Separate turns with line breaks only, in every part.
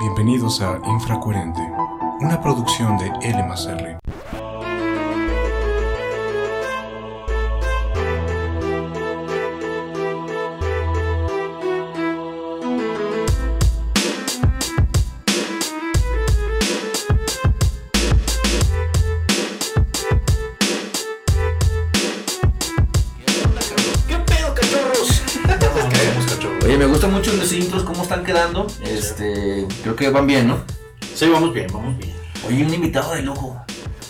Bienvenidos a Infracoherente, una producción de L +R.
¿Qué pedo, cachorros?
Oye, me gustan mucho los intros, cómo están quedando. Este, creo que van bien, ¿no?
Sí, vamos bien, vamos bien.
Oye, un invitado de lujo,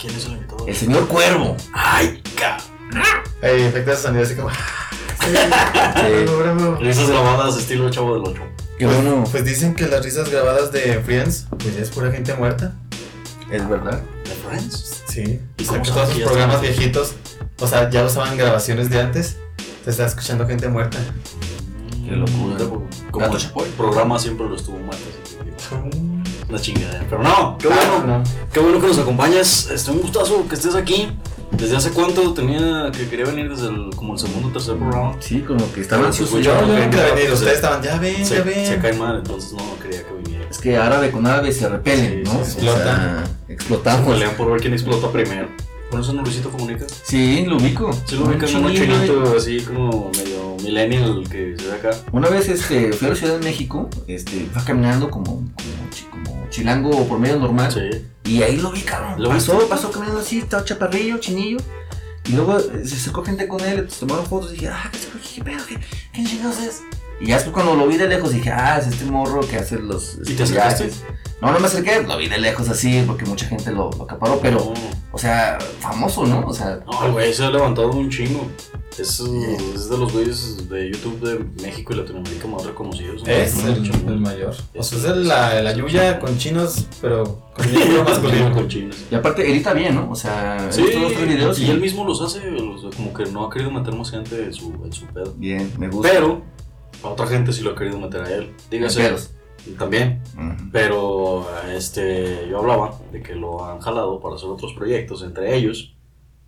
¿Quién es el invitado?
el señor Cuervo.
¡Ay, ca!
Hay efectos de sonido así como.
Sí,
Risas grabadas estilo Chavo del Ocho.
qué bueno,
Pues dicen que las risas grabadas de Friends, pues ya es pura gente muerta.
es verdad.
¿De Friends?
Sí.
¿Y
O sea,
cómo
que
sabes
todos
que
sus
ya
programas
están-
viejitos, o sea, ya usaban grabaciones de antes. Se está escuchando gente muerta.
Qué locura.
Como
Gato
el
Chapoy.
programa siempre lo estuvo mal. Oh. Una chingada. Pero no, qué bueno.
Ah, no.
Qué bueno que nos acompañes. Este, un gustazo que estés aquí. ¿Desde hace cuánto tenía que quería venir desde el, como el segundo o tercer programa?
Sí, como que estaban ansiosos.
Yo
Yo no
creo
tenía que
que-
venir, ustedes estaban, ya ven, ya
Se, se
ven.
cae mal, entonces no quería que viniera.
Es que árabe con árabe se repelen,
Sí,
¿no?
sí,
sí.
O sea,
Se
explotamos.
pelean por ver quién explota primero. ¿Por eso no Luisito comunica?
Sí, lo ubico.
Sí lo ubican como
Chingue,
chinito, así como medio millennial que se ve acá.
Una vez este, fui a la Ciudad de México, este, iba caminando como, como, chi- como chilango por medio normal.
Sí.
Y ahí lo vi, cabrón.
¿Lo
pasó,
viste?
pasó caminando así, estaba chaparrillo, chinillo. Y luego eh, se acercó gente con él, se tomaron fotos y dije, ah, ¿qué, se- qué pedo? ¿Qué, qué chingados es? Y ya después cuando lo vi de lejos dije, ah, es este morro que hace los...
¿Y te
este,
acercaste?
viajes". No, no me acerqué, lo vi de lejos así, porque mucha gente lo, lo acaparó, pero, o sea, famoso, ¿no? O sea,
No, el güey se ha levantado un chingo. Es, es de los güeyes de YouTube de México y Latinoamérica más reconocidos. ¿no?
Es
Un
el,
chingo.
el mayor. ¿Eh? O sea, es el- la, la Yuya con chinos, pero con chinos masculino.
Con chinos.
y aparte edita bien, ¿no? O sea,
Sí,
he visto dos, tres videos
y él mismo los hace, o sea, como que no ha querido meter más gente en su, en su pedo.
Bien, me gusta.
Pero a otra gente sí lo ha querido meter a él. Dígase,
Pedos.
también.
Ujú.
Pero este, yo hablaba de que lo han jalado para hacer otros proyectos, entre ellos,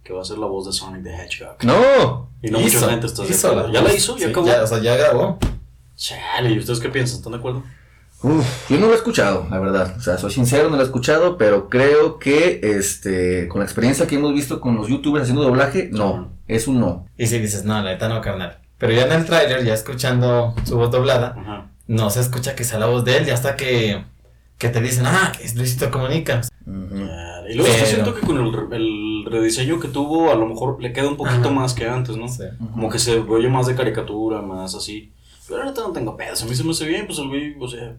que va a ser la voz de Sonic the Hedgehog.
No.
Y no mucha gente está de
hizo
acuerdo. Ya la hizo, ya
Sí,
acabó.
o sea, ya grabó.
Chale, ¿y ustedes qué piensan? ¿Están de acuerdo?
Uf, yo no lo he escuchado, la verdad. O sea, soy sincero, no lo he escuchado, pero creo que este, con la experiencia que hemos visto con los youtubers haciendo doblaje, no, es un no.
Y si dices, no, la neta no, carnal. Pero ya en el tráiler, ya escuchando su voz doblada,
Ajá.
no se escucha que sea la voz de él, ya hasta que, que te dicen, ah, que es Luisito Comunica.
Chale, Y luego yo
Pero-
siento que con el, re- el rediseño que tuvo, a lo mejor le queda un poquito
Ajá.
más que antes, ¿no?
No sé.
Como que se oye más de caricatura, más así. Pero ahorita no tengo pedos. A mí se me hace bien, pues el güey, o sea.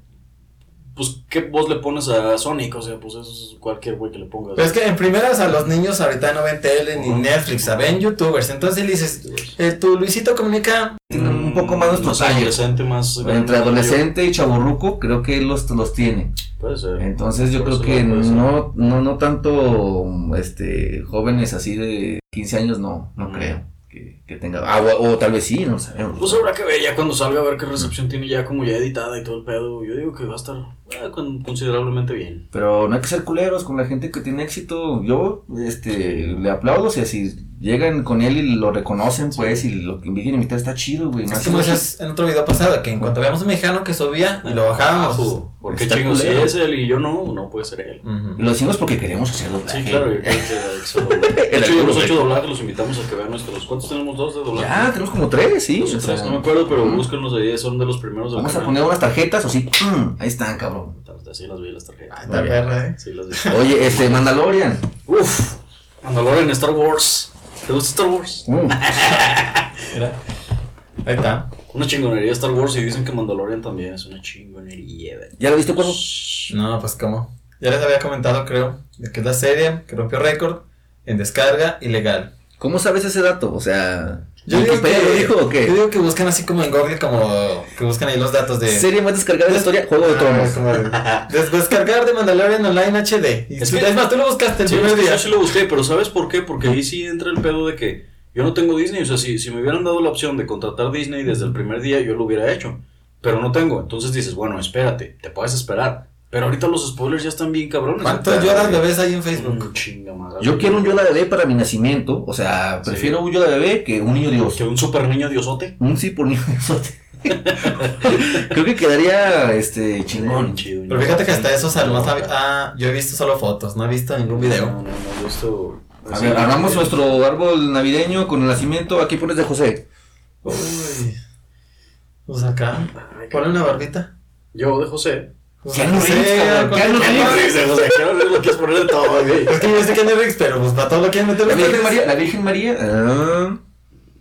Pues, ¿qué voz le pones a Sonic? O sea, pues eso es cualquier güey que le pongas.
Pero es que en primeras a los niños ahorita no ven tele ni
Ujú.
Netflix, a ven youtubers. Entonces le dices, eh, tu Luisito Comunica,
Tiene un poco más nuestro
Mm, Más
tallo.
adolescente, más. grande,
Entre
más
adolescente y chaburruco, creo que los, los tiene.
mayor. Puede ser.
Entonces yo
Por
creo
eso
que
no puede ser.
no, no, no tanto este, jóvenes así de 15 años, no, no
Mm.
creo que, que tenga. Ah, o, o tal vez sí, no sabemos.
Pues habrá que ver ya cuando salga a ver qué recepción tiene ya como ya editada y todo el pedo. Yo digo que va a estar eh, con- considerablemente bien.
Pero no hay que ser culeros con la gente que tiene éxito. Yo este, le aplaudo, o sea, si llegan con él y lo reconocen, pues, y lo que inviten a imitar está chido, güey.
es
Más
como
que-
decías en otro video pasado, que en cuanto veamos un mexicano que subía y lo bajábamos.
Ajo, Porque
Está
pues, chingos, si
culero.
es él y yo no, no puede ser él.
Ujú.
Lo decimos porque queremos hacer doblaje.
Sí, claro, yo creo que eso- De
El
hecho, ya hemos
albur,
hecho doblaje, los invitamos a que vean nuestros. ¿Cuántos tenemos? ¿Dos de doblaje?
Ya, tenemos como tres, sí.
Dos o
o sea,
tres, no me acuerdo, pero
Ujú.
búsquenlos ahí, son de los primeros del
Vamos a
canal.
poner unas tarjetas o sí. ¡pum! Ahí están, cabrón.
Sí, las vi las tarjetas.
Ah, está perra, eh.
Sí, las vi.
Oye, este, Mandalorian.
Uf, Mandalorian, Star Wars. ¿Te gusta Star Wars?
Mm.
Mira. Ahí está.
Una chingonería Star Wars y dicen que Mandalorian también es una chingonería. ¿verdad?
¿Ya lo viste, cuervo?
No, pues cómo. Ya les había comentado, creo, de que es la serie que rompió récord en descarga ilegal.
¿Cómo sabes ese dato? O sea,
Yo digo,
¿Wikipedia
que,
lo dijo o
yo
qué?
digo que buscan así como en Google, como que buscan ahí los datos de.
Serie más descargada de la historia, Juego de
Ah,
Tronos.
como de- des- descargar de Mandalorian Online HD. Y
Es
tú-
que-
es más, tú lo buscaste el
Sí,
primer
es que
día.
yo sí lo busqué, pero ¿sabes por qué? Porque ahí sí entra el pedo de que yo no tengo Disney. O sea, si, si me hubieran dado la opción de contratar Disney desde el primer día, yo lo hubiera hecho. Pero no tengo. Entonces dices, bueno, espérate, te puedes esperar. Pero ahorita los spoilers ya están bien cabrones.
¿Cuántos
Ahorita,
lloras bebés hay en
Mm,
Facebook?
chinga madre.
Yo quiero un Yoda bebé para mi nacimiento. O sea, prefiero un Yoda bebé que un niño Dios.
Que un super niño diosote.
Un sí por niño Dios. Creo que quedaría este chingón.
Chido,
Pero fíjate que hasta eso,
salvo
además, ah, yo he visto solo fotos, no he visto ningún video.
No, no, no, yo esto-
A
así-
ver, armamos nuestro árbol navideño con el nacimiento. Aquí pones de José.
Uy. Pues acá, ponle una barbita.
Yo de José.
Pues,
Ya no
sé,
rings, cabrón,
con-
ya no rings.
de José, quiero ver lo que es poner de todo, güey.
Es que yo sé que no hay rings, pero pues para todo lo que han metido
La
los
Virgen
rings.
María. La Virgen María. ah,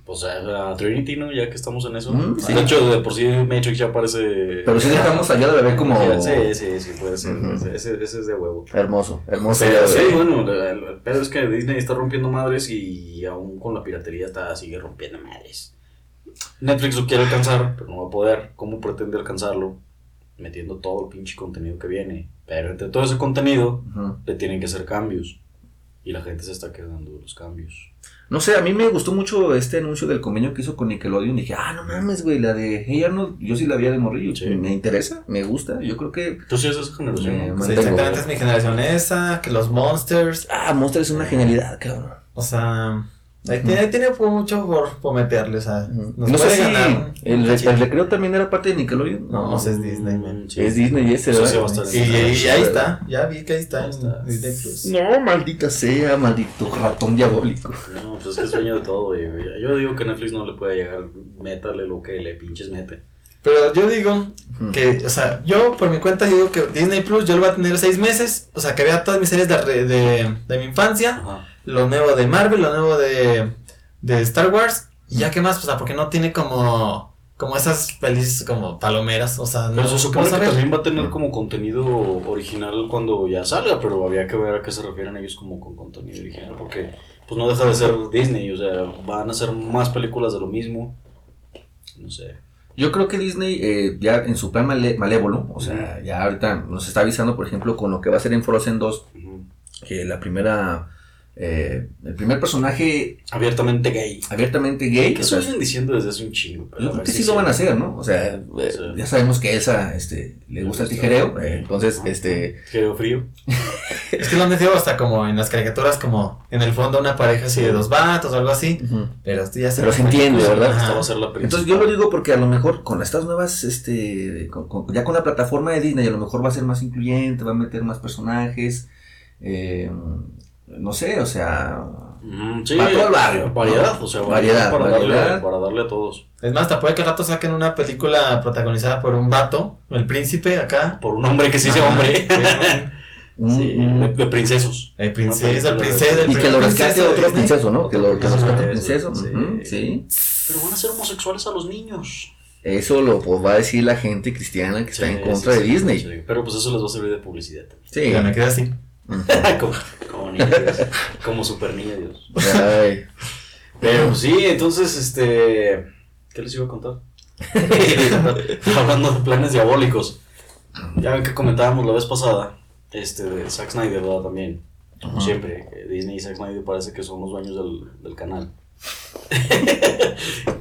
Pues a, a Trinity, ¿no? Ya que estamos en eso.
Mm, sí.
De hecho, de por sí Matrix ya parece.
pero sí dejamos allá de bebé como.
Sí, sí, sí, puede ser.
Ujú.
ese, ese- ese es de huevo.
Hermoso, hermoso.
Sí,
allá de
Sí,
bebé.
bueno, la- la- el pedo es que Disney está rompiendo madres y aún con la piratería está, sigue rompiendo madres. Netflix lo quiere alcanzar, pero no va a poder. ¿Cómo pretende alcanzarlo? Metiendo todo el pinche contenido que viene. Pero entre todo ese contenido,
Ujú.
le tienen que hacer cambios. Y la gente se está quedando de los cambios.
No sé, a mí me gustó mucho este anuncio del convenio que hizo con Nickelodeon. Dije, ah, no mames, güey, la de Hey Arnold, yo sí la vi de morrillo.
Sí.
Me interesa, me gusta. Yo creo que.
Tú sí eres de esa generación,
Eh,
¿no?
Sí,
mantengo.
exactamente es mi generación esa, que los monsters.
Ah, Monster es una genialidad, cabrón.
O sea, ahí tiene, ahí tiene mucho por, por meterle, o sea, nos
no sé
puede
si
ganar.
el, re-
Sí.
el recreo también era parte de Nickelodeon.
No, no sé, es Disney, man.
Sí.
Es Disney ese,
Eso
¿verdad?
sí va a estar
Y,
en
y- y
Disney.
ahí está, ya vi que ahí está
Ahí está.
en Disney Plus.
No, maldita sea, maldito ratón diabólico.
No, pues es que es sueño de todo, güey. Yo digo que Netflix no le puede llegar. Métale lo que le pinches mete.
Pero yo digo que, o sea, yo por mi cuenta digo que Disney Plus yo lo voy a tener seis meses, o sea, que vea todas mis series de, re- de, de mi infancia,
Ajá.
lo nuevo de Marvel, lo nuevo de, de Star Wars, y ya que más, o sea, porque no tiene como, como esas pelis como palomeras, o sea, no
Pero se supone
no
que
saber.
también va a tener como contenido original cuando ya salga, pero había que ver a qué se refieren ellos como con contenido original, porque pues no deja de ser Disney, o sea, van a ser más películas de lo mismo. No sé.
Yo creo que Disney eh, ya en su plan male- malévolo, o sea, ya ahorita nos está avisando, por ejemplo, con lo que va a ser en Frozen 2,
Ujú.
que la primera, eh, el primer personaje
Abiertamente gay.
abiertamente gay,
Que
o sea,
eso vienen diciendo desde hace un chingo. pero
yo
a
creo
ver
que
si
sí
se-
lo van a hacer, ¿no? O sea, eh,
Sí.
ya sabemos que Elsa, este, le gusta el tijereo, eh, entonces, este,
Quedó frío.
Es que lo han metido hasta como en las caricaturas, como en el fondo una pareja así de dos vatos o algo así, pero esto ya se
Pero se entiende, ¿verdad?
Ajá.
Esta va a ser la principal.
Entonces yo lo digo porque a lo mejor con estas nuevas, este, con- con- ya con la plataforma de Disney, a lo mejor va a ser más incluyente, va a meter más personajes, eh, no sé, o sea,
Ujú, Mm, sí,
Para todo el barrio.
Variedad, o sea,
Variedad,
variedad, para,
variedad.
Darle, para darle a todos.
Es más, hasta puede que al rato saquen una película protagonizada por un vato, el príncipe acá.
Por un hombre que sí sea
Ajá.
hombre.
un-
Sí,
un-
de, de princesos.
El príncipe, el príncipe. el
y que
primer
lo rescate
princeso de
otro
Disney.
princeso, ¿no? Que lo que lo
Ajá,
rescate el
eso,
princeso,
sí.
ujú, sí.
Pero van a ser homosexuales a los niños.
Eso lo pues, va a decir la gente cristiana que está
Sí,
en contra
sí,
de
sí,
Disney.
sí. Pero pues eso les va a servir de publicidad también.
Sí.
Ya me quedé así.
como, como niño Dios. Como super niño Dios.
Ay.
Pero pues, sí, entonces, este. ¿Qué les iba a contar? Hablando de planes diabólicos. Ya ven que comentábamos la vez pasada. Este, de Zack Snyder, ¿verdad? También. Como siempre, que Disney y Zack Snyder parece que son los dueños del, del canal.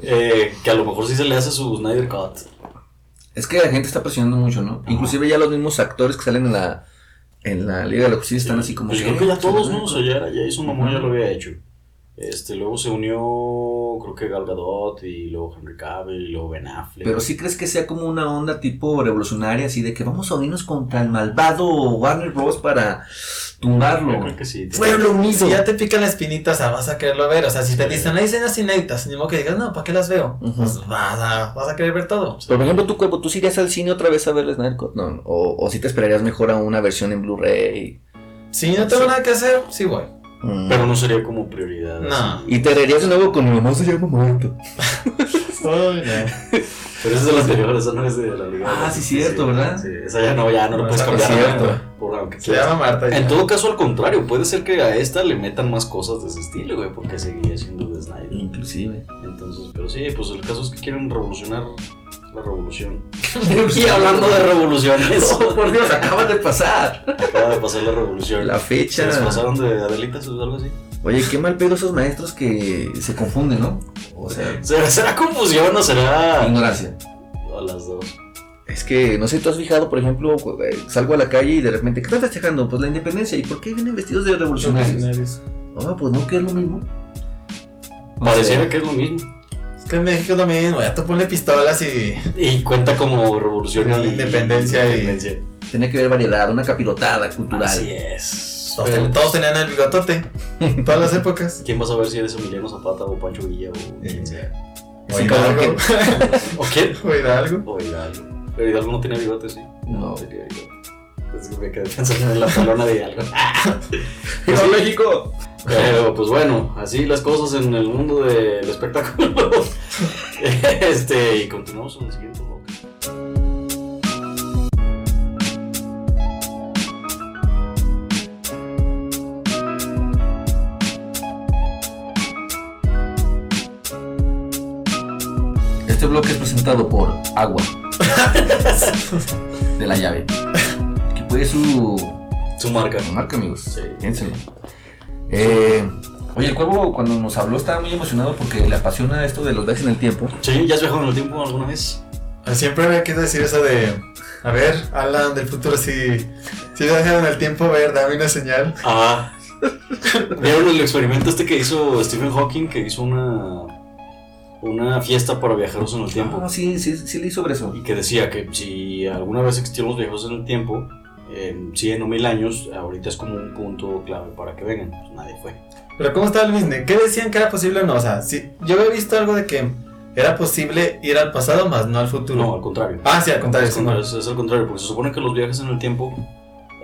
Eh, que a lo mejor sí se le hace su Snyder Cut.
Es que la gente está presionando mucho, ¿no?
Ajá.
Inclusive ya los mismos actores que salen en la, en la Liga de la Justicia están así como...
Pues yo
que,
creo que ya todos, ¿no? O
"Ah,
sea, ya, ya hizo mamón, ya lo había hecho. Este, luego se unió, creo que Gal Gadot, y luego Henry Cavill, y luego Ben Affleck.
Pero sí crees que sea como una onda tipo revolucionaria, así de que vamos a unirnos contra el malvado Warner Bros. para
Yo
tumbarlo.
creo que sí.
Fue lo mismo.
Si ya te pican la espinita, o sea, vas a quererlo ver. O sea, si te dicen, hay escenas inéditas, ni modo que digas, no, ¿para qué las veo?
Ujú.
Pues vas a, vas a querer ver todo.
Pero, por ejemplo, tu cuerpo, ¿tú sí irías al cine otra vez a ver el Snyder Cut? No, no. o, o si te esperarías mejor a una versión en Blu-ray.
Si no tengo nada que hacer, sí voy.
Mm.
Pero no sería como prioridad.
No.
así.
Y te reirías de nuevo con mi mamá se llama muerto.
Pero esa es de la anterior, esa no es de la liga. de la
Ah, sí,
Justicia.
cierto, ¿verdad?
Sí, esa ya no, ya no lo
No,
puedes
esa no
Es
Ya,
cambiar.
cierto.
bueno.
¿no? Por aunque
Se
quieras.
llama Marta. ya.
En todo caso, al contrario, puede ser que a esta le metan más cosas de ese estilo, güey, porque seguiría siendo de
Mm.
Snyder.
Inclusive.
Entonces, pero sí, pues el caso es que quieren revolucionar la revolución.
Y
Y hablando de revoluciones,
Oh, por Dios, acaba de pasar.
acaba de pasar la revolución.
La
¿Se
fecha.
disfrazaron de Adelitas o algo así?
Oye, qué mal pedo esos maestros que se confunden, ¿no? O sea,
¿Será, será confusión o será.?
ignorancia.
A las dos.
Es que, no sé, tú has fijado, por ejemplo, cu- eh, salgo a la calle y de repente, ¿qué estás festejando? Pues la independencia. ¿Y por qué vienen vestidos de revolucionarios? Ah, pues no, que es lo mismo. O
Pareciera
sea,
que es lo mismo.
Es que que en México también, güey, tú ponle pistolas y.
Y cuenta como revolución
Como
y-
independencia y-
independencia.
Tiene que ver variedad, una capirotada cultural.
Así es.
Todos,
Pero,
ten- todos tenían el bigotote. Todas las épocas.
¿Quién va a saber si eres Emiliano Zapata o Pancho Villa o quien sea?
O
Sí,
Hidalgo.
¿O quién?
O Hidalgo.
O Hidalgo. Pero Hidalgo no tenía bigote, sí.
No.
tenía bigote. Entonces me quedé pensando en la palona de Hidalgo.
¡Viva México!
Pero pues bueno, así las cosas en el mundo del espectáculo. Este, y continuamos con el siguiente bloque.
Este bloque es presentado por Agua. de la llave. Que puede su
Su marca.
su marca, amigos.
Sí.
Piénsenlo. Eh, oye, el cuervo cuando nos habló estaba muy emocionado porque le apasiona esto de los viajes en el tiempo.
Sí, ¿ya has viajado en el tiempo alguna vez?
Ah, Siempre me queda decir eso de. A ver, Alan del futuro, si. Si dejan el tiempo, a ver, dame una señal.
Ah. ¿Vieron el experimento este que hizo Stephen Hawking? Que hizo una. Una fiesta para viajeros en el tiempo.
Ah, sí, sí, sí leí sobre eso.
y que decía que si alguna vez existieron los viajeros en el tiempo, en 100 o 1000 años, ahorita es como un punto clave para que vengan. Pues nadie fue.
Pero ¿cómo estaba el business? ¿Qué decían que era posible o no? O sea, si, yo había visto algo de que era posible ir al pasado, más no al futuro.
No, al contrario.
Ah, sí, al contrario.
es,
sí, no.
contrario, es- es al contrario, porque se supone que los viajes en el tiempo.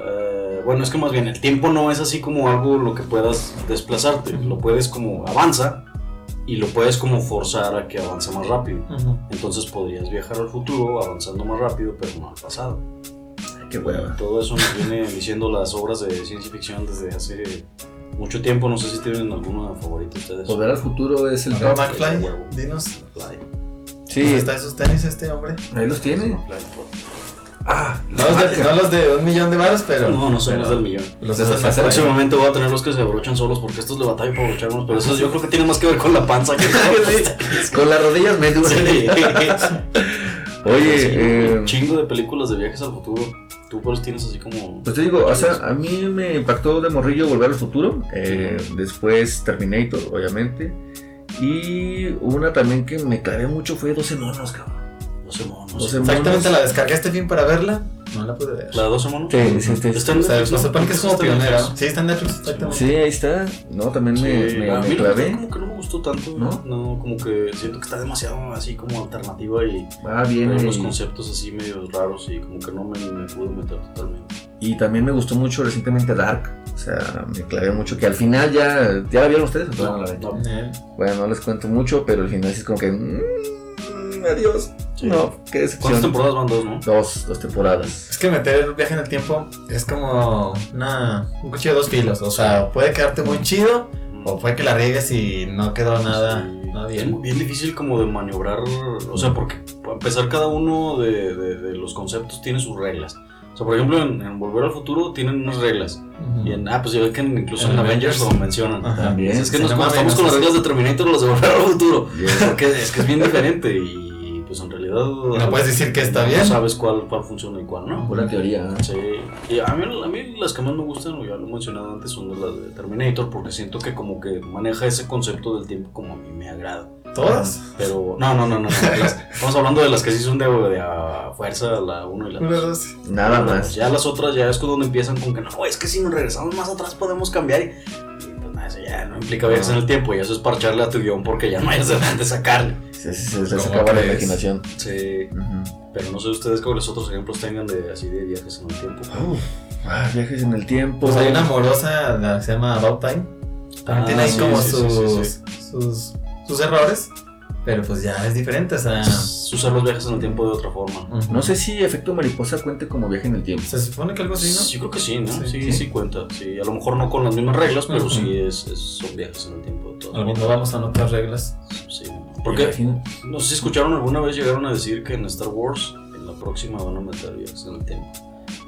eh, bueno, es que más bien el tiempo no es así como algo lo que puedas desplazarte. Lo puedes como avanza y lo puedes como forzar a que avance más rápido.
Ujú.
Entonces podrías viajar al futuro avanzando más rápido, pero no al pasado.
Qué
Todo eso nos viene diciendo las obras de ciencia ficción desde hace mucho tiempo. No sé si tienen alguna favorita ustedes. Pues,
Volver al futuro es el
Rob
gran-
McFly,
huevo.
dinos.
Fly.
¿Dónde
Sí,
Pues está esos tenis este hombre?
ahí los tiene.
Fly.
Ah,
No los, de, no los de un millón de varos, pero.
No, no soy
pero
más del millón.
Los
de
de
los
McFly.
Próximamente voy a tener los que se abrochan solos porque estos le batalla para abrocharnos, pero eso yo creo que tiene más que ver con la panza que
Con las rodillas me
Sí.
duele.
Sí,
Oye, eh,
un chingo de películas de viajes al futuro. Tú pues tienes así como.
Pues te digo, o sea, a mí me impactó de morrillo Volver al Futuro. eh, después Terminator, obviamente. Y una también que me clavé mucho fue 12 monos, cabrón.
No sé, monos.
12 monos.
Exactamente, la descargué este fin para verla. No la pude ver.
La de 12 monos.
Sí, sí, sí.
Está en
O sea,
Netflix,
se
¿no?
supone que es como
Está en
pionera.
Netflix.
Sí, está en Netflix, exactamente.
Sí, ahí está. No, también me,
Sí,
me-
a
me
mí la verdad
clavé.
como que no me gustó tanto,
¿No?
¿no? como que siento que está demasiado así como alternativa y
Ah, bien.
tiene unos
eh,
conceptos así medio raros y como que no me, me pude meter totalmente.
Y también me gustó mucho recientemente Dark. O sea, me clavé mucho. Que al final ya. ¿Ya la vieron ustedes o todavía no la ven?
No,
Eh,
Bueno, no les cuento mucho, pero al final sí es como que. mm, adiós.
sí.
No, qué
¿Cuántas
decepción.
temporadas van dos, no?
Dos, dos temporadas.
Es que meter el viaje en el tiempo es como una, un cuchillo de dos filos. O sea, puede quedarte muy chido o puede que la riegues y no quedó nada,
Mm, pues, Sí.
nada
Es muy
bien.
bien difícil como de maniobrar, o sea, porque para empezar cada uno de, de- de los conceptos tiene sus reglas. O sea, por ejemplo, en, en Volver al Futuro tienen unas reglas. Y en, ah, pues yo ve que en- incluso en,
En
Avengers
Avengers.
lo mencionan.
Ajá.
También.
Es que
Sí,
nos
no
conectamos
mames,
con las
no sé.
reglas de Terminator y las de Volver al Futuro.
Yeah.
Porque es que es bien diferente y pues en realidad...
No puedes decir que está bien.
No sabes cuál, cuál funciona y cuál no.
Pura teoría. ¿eh?
Sí. Y a mí, a mí las que más me gustan, ya lo he mencionado antes, son las de Terminator porque siento que como que maneja ese concepto del tiempo como a mí me agrada.
Todas.
Pero no, no, no, no. no, las- estamos hablando de las que sí son de, de a fuerza, la 1 y la
Una,
2.
dos.
Nada más.
Ya las otras ya es cuando empiezan con que no, es que si nos regresamos más atrás podemos cambiar. Y, y, pues nada, eso ya no implica viajes en el tiempo, ya eso es parcharle a tu guión porque ya no hay de dónde sacarle.
Se, se- se les
¿Cómo
acaba la
crees?
imaginación.
Sí.
Ujú.
Pero no sé ustedes cuáles otros ejemplos tengan de así de viajes en el tiempo.
Uf, ah, viajes en el tiempo.
Pues hay una amorosa la que se llama About Time. También
Ah,
tiene ahí
sí,
como
sí, sí,
sus,
sí,
sus sus errores, pero pues ya es diferente. O sea,
Pues, Usar los viajes en el tiempo de otra forma.
ujú.
No sé si efecto mariposa cuente como viaje en el tiempo.
Se supone que algo así, ¿no?
Yo creo que sí, ¿no?
Sí,
Sí, sí,
sí.
cuenta. Sí, a lo mejor no con las mismas reglas, pero
Ujú.
sí es, es- son viajes en el tiempo de todas
Algún no vamos a notar reglas.
formas. Sí. Porque
Imagina-
no sé si escucharon alguna vez llegaron a decir que en Star Wars en la próxima van a meter viajes en el tiempo.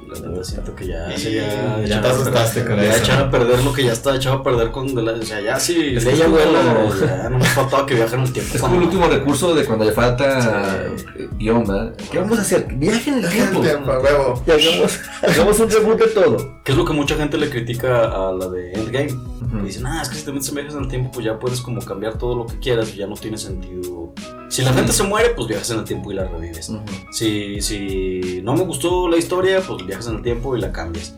La neta, siento que ya.
Y-
sí, ya,
ya te
a perder-
asustaste con
ya
eso.
echar a perder lo que ya está echado a perder con. la- o sea, ya sí.
Es
de
que
ella
es
abuela,
como-
ya no me faltaba que viajen el tiempo.
Es como el último recurso de cuando le falta eh, guión, ¿verdad? ¿Qué vamos a hacer? Viaje en el
pues,
tiempo.
a huevo.
Y hagamos, hagamos un reboot de todo.
Que es lo que mucha gente le critica a la de Endgame.
Mm.
Que dicen, ah, es que si te metes en viajes en el tiempo, pues ya puedes como cambiar todo lo que quieras, ya no tiene sentido. Si la gente se muere, pues viajas en el tiempo y la revives.
Ujú.
Si, si no me gustó la historia, pues viajas en el tiempo y la cambias.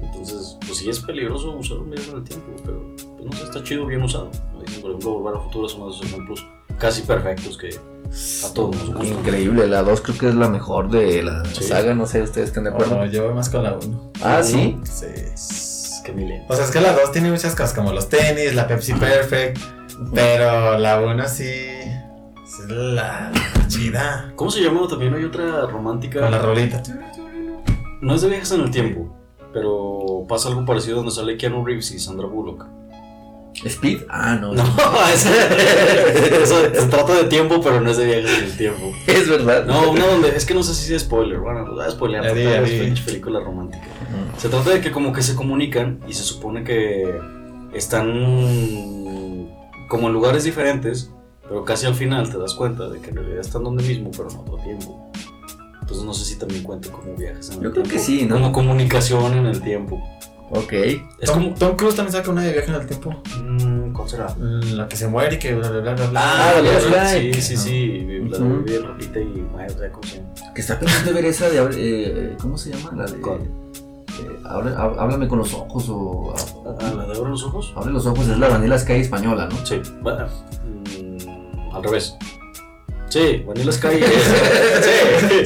Entonces, pues sí es peligroso usar un viaje en el tiempo, pero pues, no sé, está chido bien usado. Como dicen, por ejemplo, Volver a Futuro es uno de esos ejemplos casi perfectos que a todos nos gustan.
Increíble, la 2 creo que es la mejor de la
Sí.
saga, no sé ustedes están de acuerdo.
Oh, yo voy más con la 1.
ah, sí.
Sí.
Qué milenio.
O sea, es que la 2 tiene muchas cosas, como los tenis, la Pepsi Perfect. Pero la 1 sí. sí Es la chida.
¿Cómo se llama? También hay otra romántica.
Con la rolita.
No es de viajes en el tiempo, pero pasa algo parecido donde sale Keanu Reeves y Sandra Bullock.
Speed. Ah, no.
No, ese- eso se trata de tiempo, pero no es de viajes en el tiempo.
Es verdad.
No, no, donde, es que no sé si es spoiler. Bueno, pues, voy a spoilear
Ya di,
total,
ya
es
di.
pinche película romántica.
Mm.
Se trata de que como que se comunican y se supone que están como en lugares diferentes, pero casi al final te das cuenta de que en realidad están donde mismo, pero en otro tiempo. Entonces no sé si también cuenta como viajes en el
Yo creo
tiempo.
que sí, ¿no?
Como comunicación en el tiempo.
Ok.
Es
Tom,
como...
Tom Cruise también saca una de viaje en el tiempo.
Mm, ¿Cuál será?
Mm, La que se muere y que bla bla bla bla. bla.
Ah, la de Flash.
sí, sí, sí, la de
Ujú.
Vivi Lolita y Maya, o sea, ¿cómo se llama?
Que está pensando ver esa de. hab- eh, ¿Cómo se llama? La de.
¿Cuál?
eh, habla- hab- háblame con los ojos o.
Ah, ¿La de Abra los Ojos?
Abre los ojos, es la Vanilla Sky española, ¿no?
Sí, va- mm, al revés. Sí, Vanilla Sky es- Sí,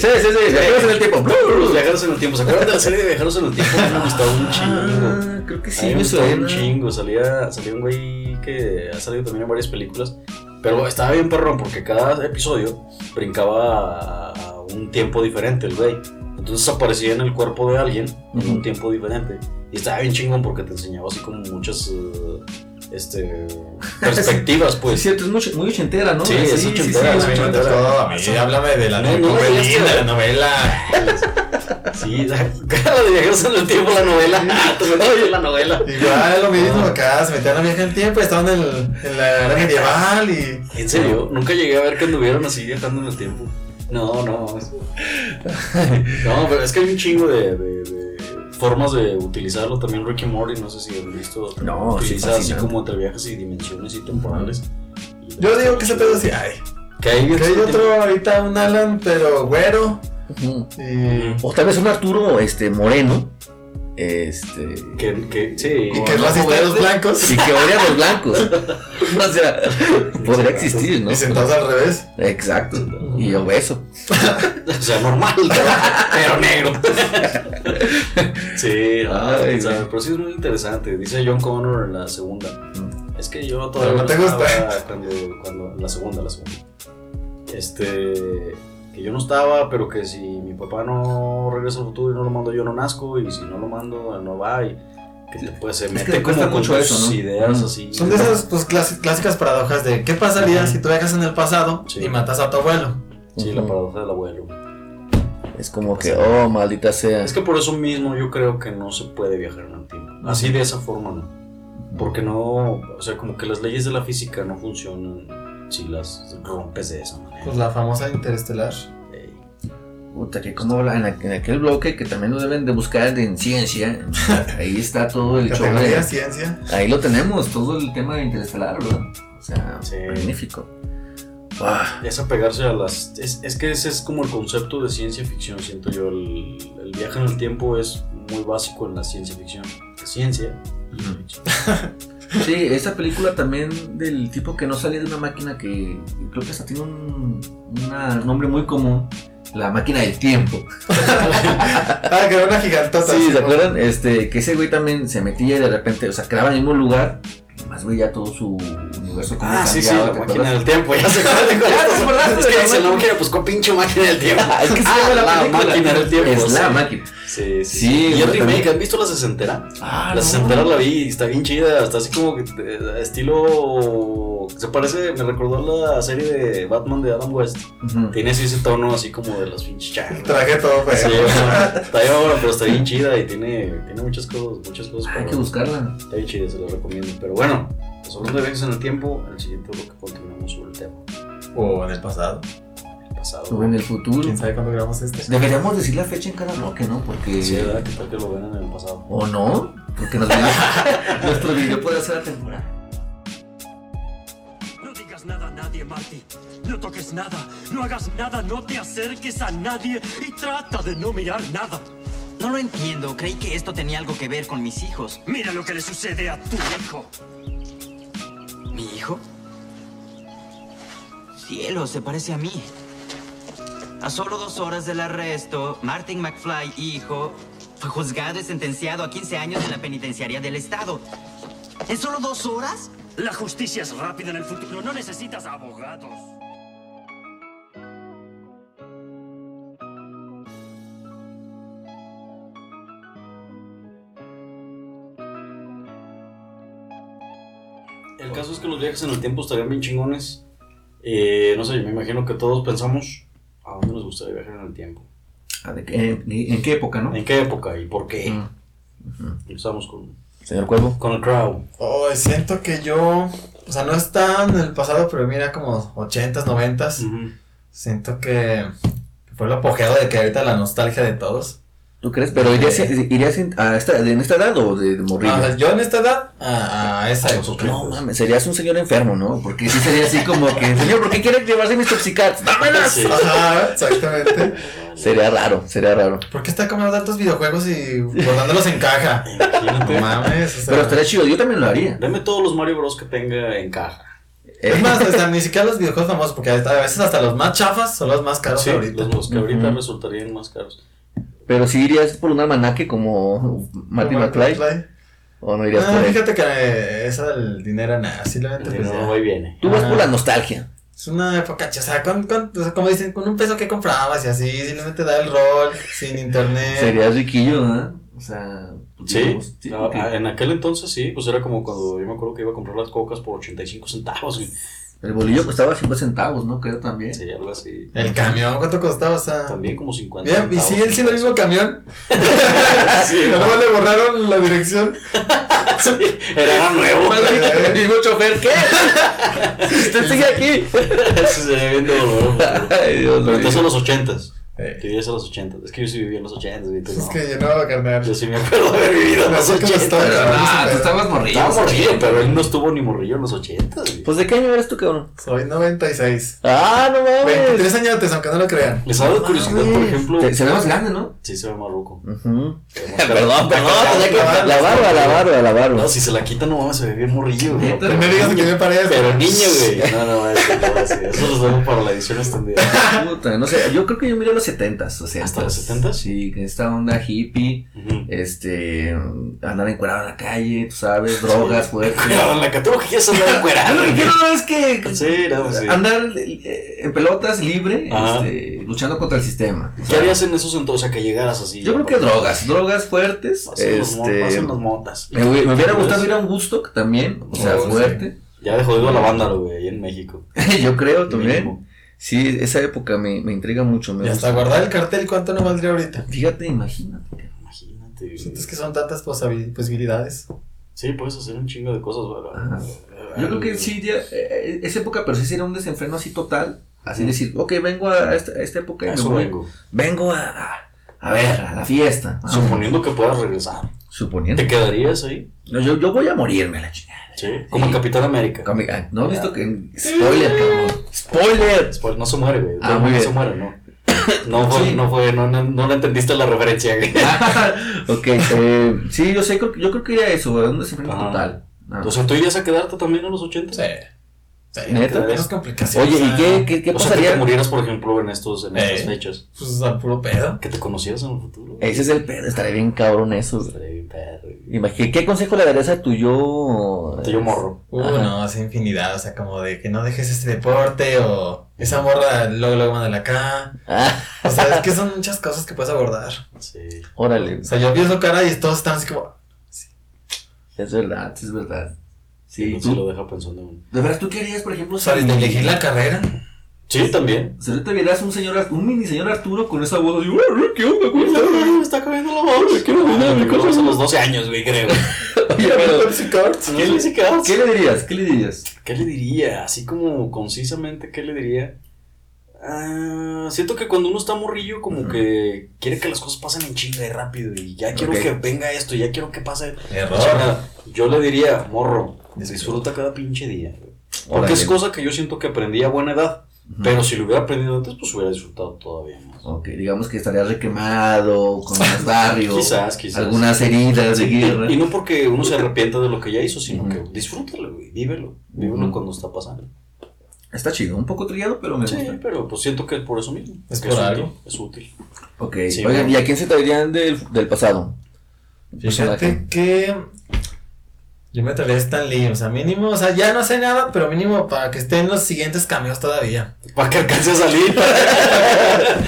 sí, sí. viajeros en el tiempo.
los viajeros en el tiempo. ¿Se acuerdan de la serie de viajeros en el tiempo? A mí Me gustaba un chingo.
Ah, creo que
A mí
sí,
me
me
gustaba un
suena.
chingo. Salía, salía un güey que ha salido también en varias películas. Pero estaba bien perrón porque cada episodio brincaba a- a un tiempo diferente el güey. Entonces aparecía en el cuerpo de alguien en un
Ujú.
tiempo diferente. Y estaba bien chingón porque te enseñaba así como muchas eh, este, perspectivas,
Es
pues.
cierto, es mucho- muy ochentera, ¿no?
Sí, es ochentera,
Ah,
es
me encanta
ochentera.
todo, a mí. Háblame de la
No, no,
novela,
no,
de la novela.
Sí, la cara de viajeros en el tiempo, la novela. Te metes en la novela.
Igual ah, lo mismo acá, se metían a viaje en el tiempo, estaban en, el- en la era medieval y.
En serio, nunca llegué a ver que anduvieron así viajando en el tiempo. No, no. No, pero es que hay un chingo de, de- de formas de utilizarlo. También Ricky Morty, no sé si han visto.
No, sí,
utiliza así
fascinante.
como entre viajes y dimensiones y temporales.
Yo digo que ese pedo sí hay.
Que hay, este
Que hay
otro
otro ahorita, un Alan, pero güero.
Ujú.
Y,
O tal vez un Arturo este, Moreno. Este.
Que, que, sí.
y que es racista de los blancos.
Y que odia a los blancos. O sea, podría existir, ¿no?
Y sentados al revés.
Exacto. Y obeso.
O sea, normal, pero, pero negro. sí, ah,
Ay,
o sea,
güey.
pero sí es muy interesante. Dice John Connor en la segunda.
Mm.
Es que yo
Pero
todavía
no te
estaba
gusta.
Cuando, cuando, la segunda, la segunda. Este. Que yo no estaba, pero que si mi papá no regresa al futuro y no lo mando, yo no nazco. Y si no lo mando, no va. Y que te- pues, se
que
mete
le cuesta
como con
mucho
sus
eso, ¿no?
ideas
Ujú.
así.
Son de esas pues, clasi- clásicas paradojas de qué pasaría
Ajá.
si tú viajas en el pasado
Sí.
y matas a tu abuelo.
Sí, la paradoja del abuelo.
Es como que, oh, maldita sea.
Es que por eso mismo yo creo que no se puede viajar en el tiempo. Así de esa forma no. Porque no, o sea, como que las leyes de la física no funcionan si las rompes de esa manera. Eh,
Pues la famosa interestelar.
Ey.
Puta, que como habla en, aqu- en aquel bloque que también lo deben de buscar en ciencia. Ahí está todo el show. de-
Categoría ciencia.
Ahí lo tenemos, todo el tema de interestelar, ¿verdad? O sea,
Sí.
magnífico. Ah, Buah.
Es apegarse a las... Es, es que ese es como el concepto de ciencia ficción, siento yo. El, el viaje en el tiempo es muy básico en la ciencia ficción. Ciencia. y
Ujú.
ficción.
Sí, esa película también del tipo que no sale de una máquina que creo que hasta tiene un una- nombre muy común. La máquina del tiempo.
Ah, que era una gigantota.
Sí,
así,
¿se
¿no?
acuerdan? Este, que ese güey también se metía y de repente, o sea, creaba en el mismo lugar, más güey ya todo su universo como
Ah, sí, sí,
cambiado,
la
¿te
máquina
acuerdas?
del tiempo. Ya se acuerdan de cuál
Ya te
es.
acordaste
Es
de
que
la
dice, no,
máquina.
quiero, pues, con pinche máquina del tiempo.
es que se
Ah,
llama la
la
película.
máquina del tiempo.
Es la
sí.
máquina. Sí,
Sí, sí. sí. Y el
yo también.
remake, ¿han visto la sesentera?
Ah,
La sesentera la vi y está bien chida, está así como que eh, estilo Se parece, me recordó a la serie de Batman de Adam West.
Ujú.
Tiene así ese tono así como de las pinches chanclas.
Traje todo feo.
Sí, está bien bueno, pero está bien chida y tiene, tiene muchas cosas, muchas cosas.
Hay
pero
que buscarla.
Está bien chida, se lo recomiendo. Pero bueno, pues hablando de viajes en el tiempo, el siguiente bloque continuamos sobre el tema
O en el pasado.
del
O
pasado.
en el futuro.
¿Quién sabe cuándo grabamos este?
Deberíamos decir la fecha en cada bloque, ¿no? Porque.
Sí, ¿verdad? ¿Qué tal que lo ven en el pasado?
¿O no? Porque nos video- nuestro video puede ser atemporal.
No digas nada a nadie, Marty. No toques nada, no hagas nada, no te acerques a nadie y trata de no mirar nada.
No lo entiendo, creí que esto tenía algo que ver con mis hijos.
Mira lo que le sucede a tu hijo.
¿Mi hijo? Cielo, se parece a mí. A solo dos horas del arresto, Martin McFly, hijo, fue juzgado y sentenciado a 15 años en la penitenciaría del Estado. ¿En solo dos horas?
La justicia es rápida en el futuro, no necesitas abogados.
El caso es que los viajes en el tiempo estarían bien chingones. Eh, no sé, me imagino que todos pensamos a dónde nos gustaría viajar en el tiempo.
Ah, ¿de qué- ¿En, en qué época, no?
¿En qué época y por qué?
Mm.
Empezamos con,
Señor Cuervo.
con el crowd.
Oh, siento que yo. O sea, no es tan el pasado, pero mira como 80s, 90s. Siento que fue el apogeo de que ahorita la nostalgia de todos.
¿Tú crees? Pero irías, irías en, a esta, en esta edad o de, de morrillo.
Ah, o sea, yo en esta edad, a, a esa
A los
época.
no mames, serías un señor enfermo, ¿no? Porque sí sería así como que, señor, ¿por qué quiere llevarse mis toxicats? ¡Dámelas!
Sí.
Ajá, exactamente.
Sería raro, sería raro.
¿Por qué está comprando tantos videojuegos y guardándolos en caja? No
Imagínate.
mames, o sea.
Pero estaría chido, yo también lo haría.
Deme todos los Mario Bros que tenga en caja.
Eh,
Es más, o sea, ni siquiera los videojuegos famosos, porque a veces hasta los más chafas son los más caros
Sí,
ahorita.
los, los que ahorita
Ujú.
resultarían más caros.
pero si irías por un almanaque como Marty
Como
McFly, o no irías
Ah,
por él.
fíjate que eh, esa del dinero, nada, sí, la neta,
El
pues,
dinero
ya.
va y viene.
Tú vas
Ah.
por la nostalgia.
Es una época, o sea, con, con- o sea, como dicen, con un peso que comprabas y así, simplemente da el rol, sin internet.
Serías riquillo, ¿eh? O sea, pues,
Sí,
pues,
digamos,
ah,
porque-
en aquel entonces sí, pues era como cuando yo me acuerdo que iba a comprar las cocas por 85 centavos. güey.
El bolillo costaba 5 centavos, ¿no? Creo también.
Sí, algo así.
El camión, ¿cuánto costaba? O sea,
También como 50
mira, y sí, él siendo el mismo camión.
Sí,
Pero luego le borraron la dirección.
Era nuevo.
El mismo chofer, ¿qué? Usted sigue aquí.
Eso se ve bien de dolor.
Ay, Dios
Pero entonces
mío.
en los 80s. Que
Eh,
vivías en los 80 Es que yo sí viví en los 80s, güey, tú
Es
no.
que yo no, carnal.
Yo sí me acuerdo de haber vivido en
No
los
sé cómo
80s.
estaba.
Pero
Ah,
no, tú estabas morrillo.
Estaba morrillo, pero él no estuvo ni morrillo en los 80 güey.
Pues de qué año eres tú, cabrón.
Soy 96.
Ah, no mames.
23 añotes, aunque no lo crean.
Les hago de curiosidad, por ejemplo.
Se, se ve más grande, ¿no?
Sí, se ve marruco. Se ve más caro.
Perdón, perdón.
tenía que-
La barba, la barba, la barba.
No, si se la quita, no mames, se ve bien morrillo, güey.
Neta,
No me digas que me parece.
Pero niño, güey. No, no, eso no va a ser. Eso los dejo para la edición extendida.
Puta, no sé, yo creo que yo miré los 70s, o sea.
¿Hasta los 70s?
Sí, que esta onda hippie,
Ujú.
este, andar encuerado en la calle, tú sabes, drogas, fuerte.
Cuidado, en la católica ya se andaba
Yo
encuerado.
lo que
güey.
quiero es que
Sí, no, sí.
andar eh, en pelotas libre,
Ajá.
este, luchando contra el sistema.
¿Qué harías en esos entonces? O sea, que llegaras así.
Yo creo que drogas, drogas fuertes.
Pasen los mo-
Este,
pasen las motas.
me, hubi- me hubiera gustado ir a un Woodstock también, o sea,
Oh, sí.
fuerte.
Ya dejó de ir a la banda, güey, ahí en México.
Yo creo
Mínimo.
también. Sí, esa época me, me intriga mucho. Me
Y hasta
gusta.
guardar el cartel, ¿cuánto no valdría ahorita?
Fíjate, imagínate.
Imagínate. güey.
Sientes que son tantas posabi- posibilidades.
Sí, puedes hacer un chingo de cosas,
Ajá.
güey.
Yo creo que sí, ya, eh, es época, pero sí sería un desenfreno así total. Así decir, ok, vengo a esta, a esta época y
A
me
eso
voy.
vengo.
Vengo a, a, a ver, a la fiesta. Vamos.
Suponiendo que puedas regresar.
Suponiendo.
¿Te quedarías ahí?
No, yo, yo voy a morirme, la chingada.
Sí. Como en Capitán América.
Con mi- ah, No he visto que. Spoiler, cabrón. Spoiler.
Spoiler, no se muere, güey.
Ah,
No,
muy
no
bien.
se muere, no. No fue,
Sí.
no fue, no, no, no le entendiste la referencia, güey.
ok, eh, sí, yo sé, creo, que- yo creo que iría a eso, a un desenfreno
Ajá.
total. Ah.
O sea, ¿tú irías a quedarte también en los 80?
Sí. Sí,
¿Neta?
menos complicaciones.
Oye, ¿y qué, qué, qué
o sea, que
pasaría?
te murieras, por ejemplo, en, estos, en
Eh.
estas fechas.
Pues al puro pedo.
Que te conocieras en el futuro. güey.
Ese es el pedo, estaría bien cabrón eso. güey.
Estaría bien perro, güey.
Imagínate, ¿qué consejo le darías a tu yo?
Te yo morro.
Uh,
Ajá.
no, es infinidad. O sea, como de que no dejes este deporte o esa morra luego luego mándala acá.
Ah,
O sea, es que son muchas cosas que puedes abordar.
Sí.
O
órale,
sea, yo pienso cara y todos están así como.
es verdad, es verdad. Sí,
No
tú-
se lo deja pensando uno.
De verdad, ¿tú querías, por ejemplo,
O sea, desde elegir la carrera.
Sí, también.
Si ahorita vieras un señor, Ar- un mini señor Arturo con esa voz así, "Ué, ¿qué onda, güey?
Me está comiendo la voz, me quiero
volver a mi casa.
a los 12 años, güey, creo.
Oye, pero,
¿Qué le,
¿Qué le dirías? ¿Qué le dirías?
¿Qué le diría? Así como concisamente, ¿qué le diría? Ah, siento que cuando uno está morrillo, como que quiere que las cosas pasen en chinga y rápido. Y ya quiero
Ok.
que venga esto, ya quiero que pase.
Error.
Ah.
Yo le diría, morro, disfruta cada pinche día. güey. Porque
Órale.
es cosa que yo siento que aprendí a buena edad. Pero si lo hubiera aprendido antes, pues hubiera disfrutado todavía más.
Ok, digamos que estaría requemado, con más barrio,
Quizás, quizás.
algunas heridas de guerra.
Y no porque uno se arrepienta de lo que ya hizo, sino
Ujú.
que disfrútalo, güey. Vívelo. Vívelo
Ujú.
cuando está pasando.
Está chido, un poco trillado, pero me
Sí,
gusta.
pero pues siento que es por eso mismo.
Es
que
por
útil,
algo.
es útil.
Ok,
Sí,
oigan,
bueno.
¿y a quién se traerían del, del pasado?
Fíjate que yo me traería a Stan Lee, o sea, mínimo, o sea, ya no sé nada, pero mínimo para que estén los siguientes cameos todavía.
Para que alcance a salir.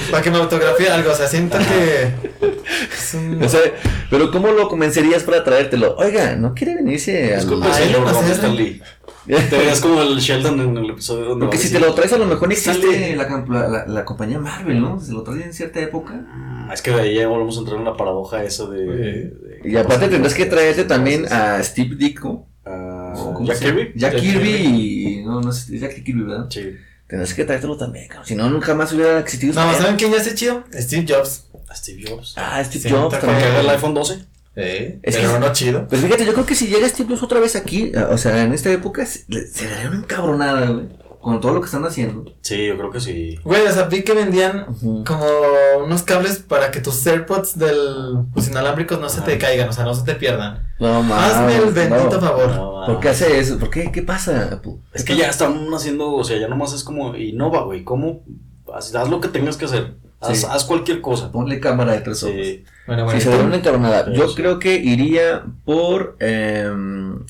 Para que me autografíe algo, o sea, siento que es un...
O sea, pero ¿cómo lo convencerías para traértelo? Oiga, ¿no quiere venirse al...
Disculpe,
Ay,
señor
no
Ron
sé.
Stan Lee. Te veas como el Sheldon en el episodio donde.
Porque
va
si te
diciendo,
lo traes a lo mejor existe
Sale.
la, camp- la- la- la compañía Marvel, ¿no? Si se lo traes en cierta época.
"Ah, Es que de ahí ya volvemos a entrar en la paradoja esa de. de-
Y aparte tendrás que traerte también a Steve Ditko.
Ah,
o ¿cómo
Jack
se llama?
Kirby.
pues, Jack
Jack
Kirby
Kirby.
y... No, no sé, Jack Kirby, ¿verdad?
Sí.
Tendrás que traértelo también, cabrón. Si no, nunca más hubiera existido.
No, ¿saben quién ya hace chido? Steve Jobs.
A Steve Jobs.
Ah, Steve
Sí,
Jobs
te
Para que haga el
también.
iPhone 12.
Eh,
Es
pero
que-
no chido.
Pues fíjate, yo creo que si llega Steve Jobs otra vez aquí, a- o sea, en esta época, se, le- se daría una encabronada, güey. Con todo lo que están haciendo.
Sí, yo creo que sí.
Güey, o sea, vi que vendían
Ujú.
como unos cables para que tus AirPods del, los inalámbricos no se te caigan, o sea, no se te pierdan.
No, mames.
Hazme el
Ah. no.
bendito favor.
No,
¿Por qué
ah,
hace eso? ¿Por qué? ¿Qué pasa? Apu?
Es que ya están haciendo, o sea, ya nomás es como innova, güey. ¿Cómo? Haz, haz lo que tengas que hacer. Haz,
Sí. pues,
haz cualquier cosa.
Ponle cámara de tres ojos.
Sí.
Bueno,
Si
bueno.
se da una encabronada.
Sí,
Yo
sí.
creo que iría por eh,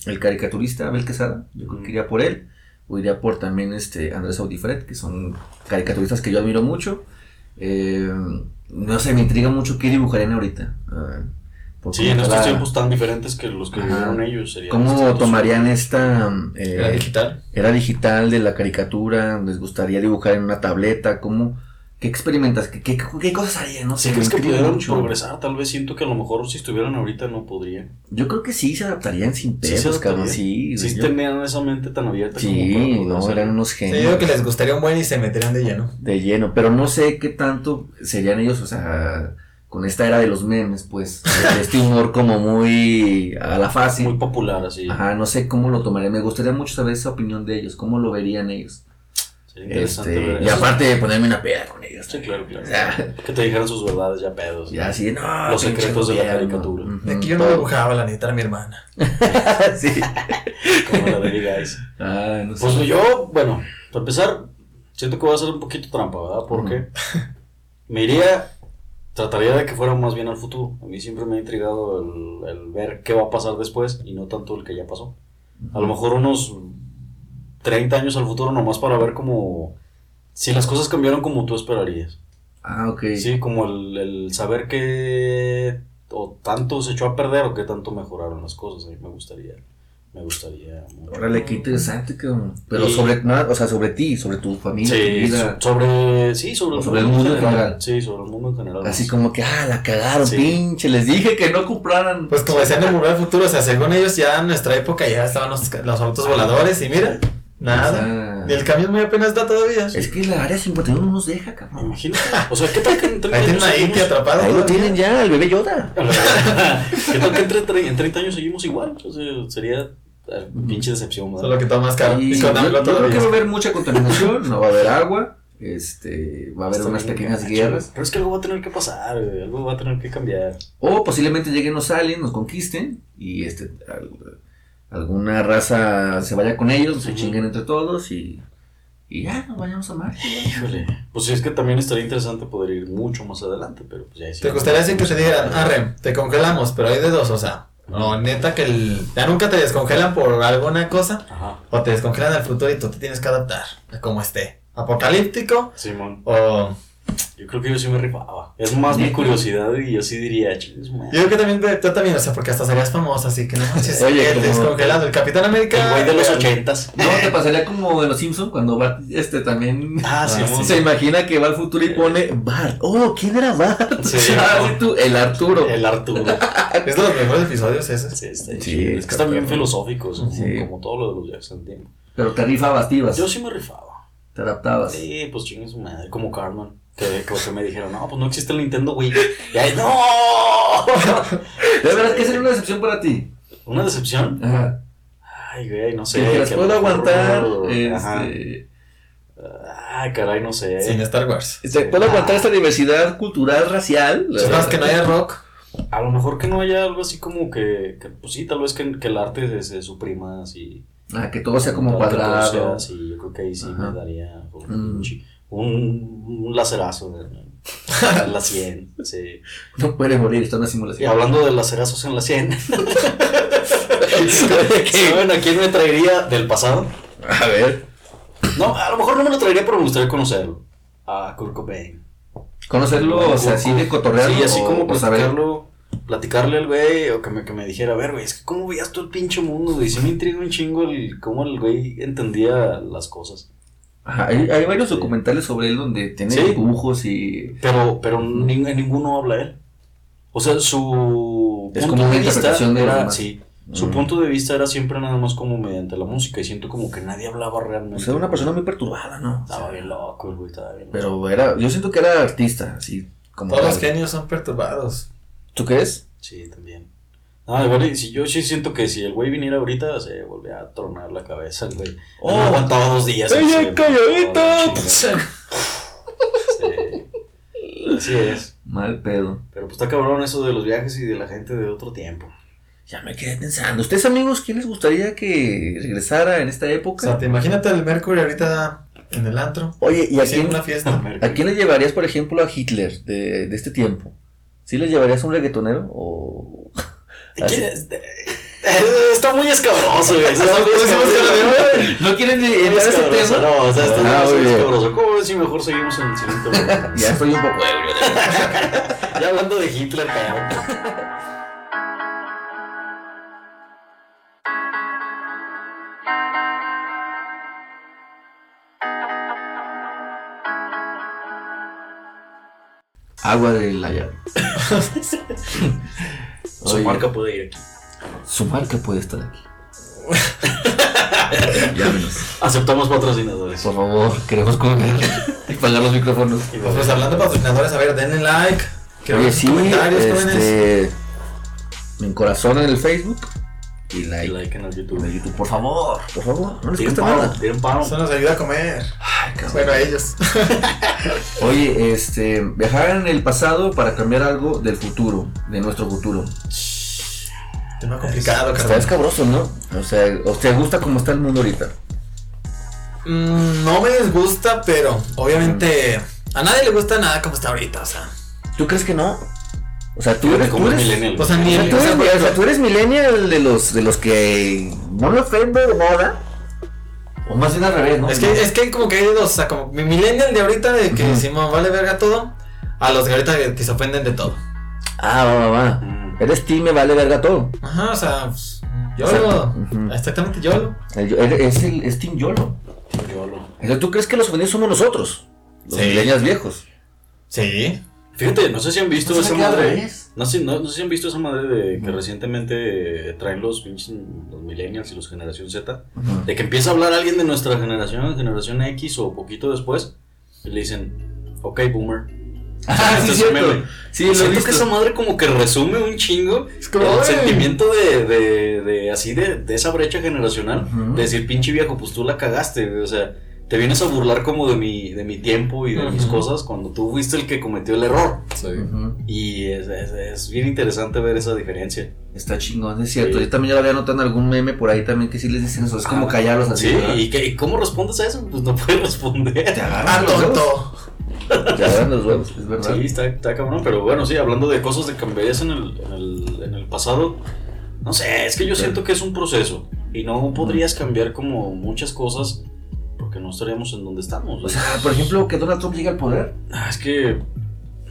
el caricaturista Abel Quesada. Yo creo que iría por él. O iría por también este Andrés Audifred, que son caricaturistas que yo admiro mucho. Eh, no sé, me intriga mucho qué dibujarían ahorita. Ah, por
Sí,
cómo
en
está
estos
la-
tiempos tan diferentes que los que
Ajá.
vivieron ellos. serían
¿Cómo
distintos.
tomarían esta eh,
Era digital.
era digital de la caricatura? ¿Les gustaría dibujar en una tableta? ¿Cómo? ¿Qué experimentas? ¿Qué, qué, qué cosas harían? No sé,
Si crees
me
que
intriga
pudieran
mucho.
progresar, tal vez siento que a lo mejor si estuvieran ahorita no podrían.
Yo creo que sí se adaptarían sin
Sí se
pedos, cabrón.
adaptarían.
Sí,
Sí
güey, yo-
tenían esa mente tan abierta. como
sí
para
no,
poder
eran
hacer-
unos
Sí, yo digo
genios
que les gustaría un buen y se meterían de lleno.
de lleno, pero no sé qué tanto serían ellos, o sea, con esta era de los memes, pues, de este humor como muy a la
muy
fácil.
popular así.
Ajá, no sé cómo lo tomaría. Me gustaría mucho saber esa opinión de ellos, cómo lo verían ellos.
Sería interesante
Este,
ver
y
eso.
aparte de ponerme una peda con ellos.
Sí, claro, claro.
O sea, pues,
Que te dijeran sus verdades ya pedos.
ya así, no.
Los
pinche
secretos de la
gobierno.
caricatura. Pues,
Ujú,
De aquí yo no
Mm, todo.
dibujaba, la neta, era mi hermana.
sí.
Como la de Big Eyes.
Ay, no sé.
Pues yo, bueno, para empezar, siento que voy a hacer un poquito trampa, ¿verdad? Porque me iría, trataría de que fuera más bien al futuro. A mí siempre me ha intrigado el, el ver qué va a pasar después y no tanto el que ya pasó. A lo mejor unos 30 años al futuro nomás para ver cómo... Si las cosas cambiaron como tú esperarías.
Ah, ok.
Sí, como el, el saber que o tanto se echó a perder o que tanto mejoraron las cosas. A mí me gustaría, me gustaría mucho.
Órale, qué interesante, cabrón. Pero
Y-
sobre, no, o sea, sobre ti, sobre tu familia, tu
Sí,
vida.
so- sobre, sí, sobre,
O sobre el mundo en general.
Sí, sobre el mundo en general.
Así como que, ah, la cagaron,
Sí.
pinche, les dije que no compraran.
Pues como decían en Murray Futuro, o sea, según ellos ya en nuestra época ya estaban los, los autos voladores y mira,
O
nada.
sea,
Y el camión muy apenas está todavía.
Es que la área 51 no nos deja,
Me
cabrón.
imagino. O sea, ¿qué tal que en 30
Ahí
años
tienen a Inti
seguimos-
atrapado.
Ahí lo
todavía.
tienen ya, el bebé Yoda.
¿Qué tal que entre tre- en 30 años seguimos igual? O sea, sería eh, pinche decepción, ¿verdad?
Solo que todo más caro.
Y
Y
yo,
con
yo creo
algo
que va a
todavía.
haber mucha contaminación, no va a haber agua, este, va a haber
Está
unas
bien
pequeñas
gacho,
guerras.
Pero es que algo va a tener que pasar, güey, algo va a tener que cambiar.
O posiblemente lleguen los aliens, nos conquisten y este al- alguna raza se vaya con ellos, se
Ujú.
chinguen entre todos y, y ya nos vayamos a Marte.
Híjole. Pues sí, es que también estaría interesante poder ir mucho más adelante, pero pues ya ahí sí.
Te gustaría decir que te digan, "Ah, Arrem, te congelamos, pero hay de dos, o sea, no, neta que el, ya nunca te descongelan por alguna cosa,
Ajá,
o te descongelan al futuro y tú te tienes que adaptar a como esté. Apocalíptico
Simón.
o
Yo creo que yo sí me rifaba. Es más mi curiosidad y yo sí diría, chicos, man.
Yo creo que también, te- tú también, o sea, porque hasta serías famoso, así que no manches.
Oye,
el
como-
descongelado, el Capitán América.
El güey de los ochentas.
No, te pasaría como en los Simpsons cuando Bart este también
Ah, sí,
Ah,
mon.
se imagina que va al futuro y pone Bart. Oh, ¿quién era Bart?
Sí,
Ah,
no.
tú, el Arturo.
El Arturo.
Es de los mejores episodios ese.
Sí, está
Sí,
chido. es que están bien
cabrón.
filosóficos, como-
Sí.
como todo lo de los Jackson Team.
Pero te rifabas, te ibas,
Yo sí me rifaba.
te adaptabas.
Sí, pues chingue su madre, como Carmen. Que, como que me dijeron, no, pues no existe el Nintendo Wii. Y ahí, ¡No!
De verdad que sería una decepción para ti.
Una decepción.
Ajá.
Ay, güey, no sé.
Que las
que a
puedo
lo mejor-
aguantar.
Ajá.
Este,
Ay, Ah, caray, no sé.
Sin Star Wars.
te Este,
Ah.
puedo aguantar esta diversidad cultural, racial.
Es más que no haya rock.
A lo mejor que no haya algo así como que, que, pues sí, tal vez que, que el arte se, se suprima así.
Ah, que todo sea como
Tal que todo sea
cuadrado.
así, yo creo que ahí sí
Ajá.
me daría un,
Mm.
chi- un, un lacerazo en, en la sien. Sí.
No puede morir, está en una
Y
simulación.
hablando de lacerazos en la sien, ¿saben a quién me traería del pasado?
A ver,
No, a lo mejor no me lo traería, pero me gustaría conocerlo. A Kurt Cobain.
conocerlo, o sea, así de cotorrearlo.
Sí, así como
o saber-
platicarlo, platicarle al güey, o que me, que me dijera, a ver, güey, es que cómo veías tú el pinche mundo, güey. Sí me intriga un chingo el, cómo el güey entendía las cosas.
Ajá, hay, hay varios
Sí.
documentales sobre él donde tiene
Sí.
dibujos y.
Pero, pero nin- en ninguno habla él. O sea, su
Es como una interpretación de los
era,
demás.
sí, su
Mm.
punto de vista era siempre nada más como mediante la música y siento como que nadie hablaba realmente.
O sea, una persona muy perturbada, ¿no? O sea,
Estaba bien loco, el güey, estaba bien loco.
Pero era, yo siento que era artista, así como.
Todos los
tal.
genios son perturbados.
¿Tú crees?
Sí, también. Ah, igual, si yo sí siento que si el güey viniera ahorita se volvía a tronar la cabeza el güey.
Oh.
no aguantaba dos días.
Ey,
así,
ey,
por
calladito.
favor, chinga. Sí. Así es.
Mal pedo.
Pero pues está cabrón eso de los viajes y de la gente de otro tiempo.
Ya me quedé pensando. ¿Ustedes, amigos, quién les gustaría que regresara en esta
O
época?
sea, te imagínate el Mercury ahorita en el antro.
Oye, ¿y a
Haciendo
quién,
una fiesta.
a quién le llevarías, por ejemplo, a Hitler de, de este tiempo? ¿Sí le llevarías a un reggaetonero? O.
¿Quién es? Eh, Está muy escabroso, güey. Está
pues,
muy escabroso.
¿No quieren ni
Muy
entrar a ese
escabroso,
tema?
No, o sea, está
Ah,
muy
muy bien.
escabroso. ¿Cómo ves si mejor seguimos en el siguiente bloque?
Ya estoy un poco ebrio. de-
Ya hablando de Hitler, cabrón.
Agua de la llave.
Su
Oye,
marca puede ir aquí.
Su marca puede estar aquí. Llámenos.
Aceptamos patrocinadores.
Por favor, queremos comer y pagar los micrófonos.
Y
Pues,
vamos
pues, hablando de patrocinadores, a ver, denle like. Quiero
Oye,
ver sus
sí,
comentarios, jóvenes.
este. Me corazón en el Facebook y like.
a like en
En
el
el
YouTube.
YouTube, por favor, por favor, no les
Tienen
cuesta
paro,
nada.
tienen paro.
Eso nos ayuda a comer.
Ay, cabrón.
Bueno, a ellos.
Oye, este, viajar en el pasado para cambiar algo del futuro, de nuestro futuro.
Tema complicado,
Está
carnal.
escabroso, ¿no? O sea, ¿os te gusta cómo está el mundo ahorita?
Mm, no me disgusta, pero obviamente a nadie le gusta nada como está ahorita, o sea.
¿Tú crees que no? O sea, tú
Yo
eres,
como
tú eres,
millennial.
O sea,
o
ni
sea,
el-
tú
o sea,
eres-
por
o sea,
ejemplo,
tú eres millennial de los, de los que no le ofende de nada. O más bien al revés, ¿no?
Es que, es que como que hay de dos, o sea, como mi millennial de ahorita de que
Ujú.
decimos vale verga todo, a los de ahorita que, que se ofenden de todo.
Ah, va, va, va.
Mm.
Eres team, me vale verga todo.
Ajá, o sea, pues, YOLO.
Exacto. Ujú.
Exactamente, YOLO.
El yo- el- es, el, es team YOLO.
Yolo.
Entonces, ¿tú crees que los juveniles somos nosotros? Los
Sí.
millennials viejos.
Sí.
Fíjate, no sé si han visto
No sé
esa
qué al
madre.
revés.
No sé, no, no sé si han visto esa madre de que
Ujú.
recientemente eh, traen los pinches los millennials y los generación Z. De que empieza a hablar alguien de nuestra generación, generación X o poquito después, y le dicen, ok, boomer.
Ah, sí,
Entonces,
cierto.
meme.
Sí, lo he
Siento que esa
visto.
madre como que resume un chingo
como,
el
"Ay".
sentimiento de, de, de así de, de esa brecha generacional.
Ujú.
De decir, pinche viejo, pues tú la cagaste, güey", O sea, te vienes a burlar como de mi, de mi tiempo y de mis
Ujú.
cosas cuando tú fuiste el que cometió el error.
Ujú.
Y es, es- es bien interesante ver esa diferencia.
Está chingón, es cierto.
Sí.
Yo también ya lo había notado en algún meme por ahí también que sí les dicen eso. Es como callarlos así.
Ah, Sí,
¿verdad?
¿y, qué- y cómo respondes a eso? Pues no puedes
Te
responder.
agarran
Ah,
los huevos.
tonto.
Te agarran los huevos, es verdad.
Sí, está, está cabrón, pero bueno, sí, hablando de cosas de cambiarías en el, en el, en el pasado, no sé, es que yo siento que es un proceso y no podrías cambiar como muchas cosas porque no estaríamos en donde estamos.
O sea, por ejemplo, que Donald Trump llegue al poder.
Ah, es que,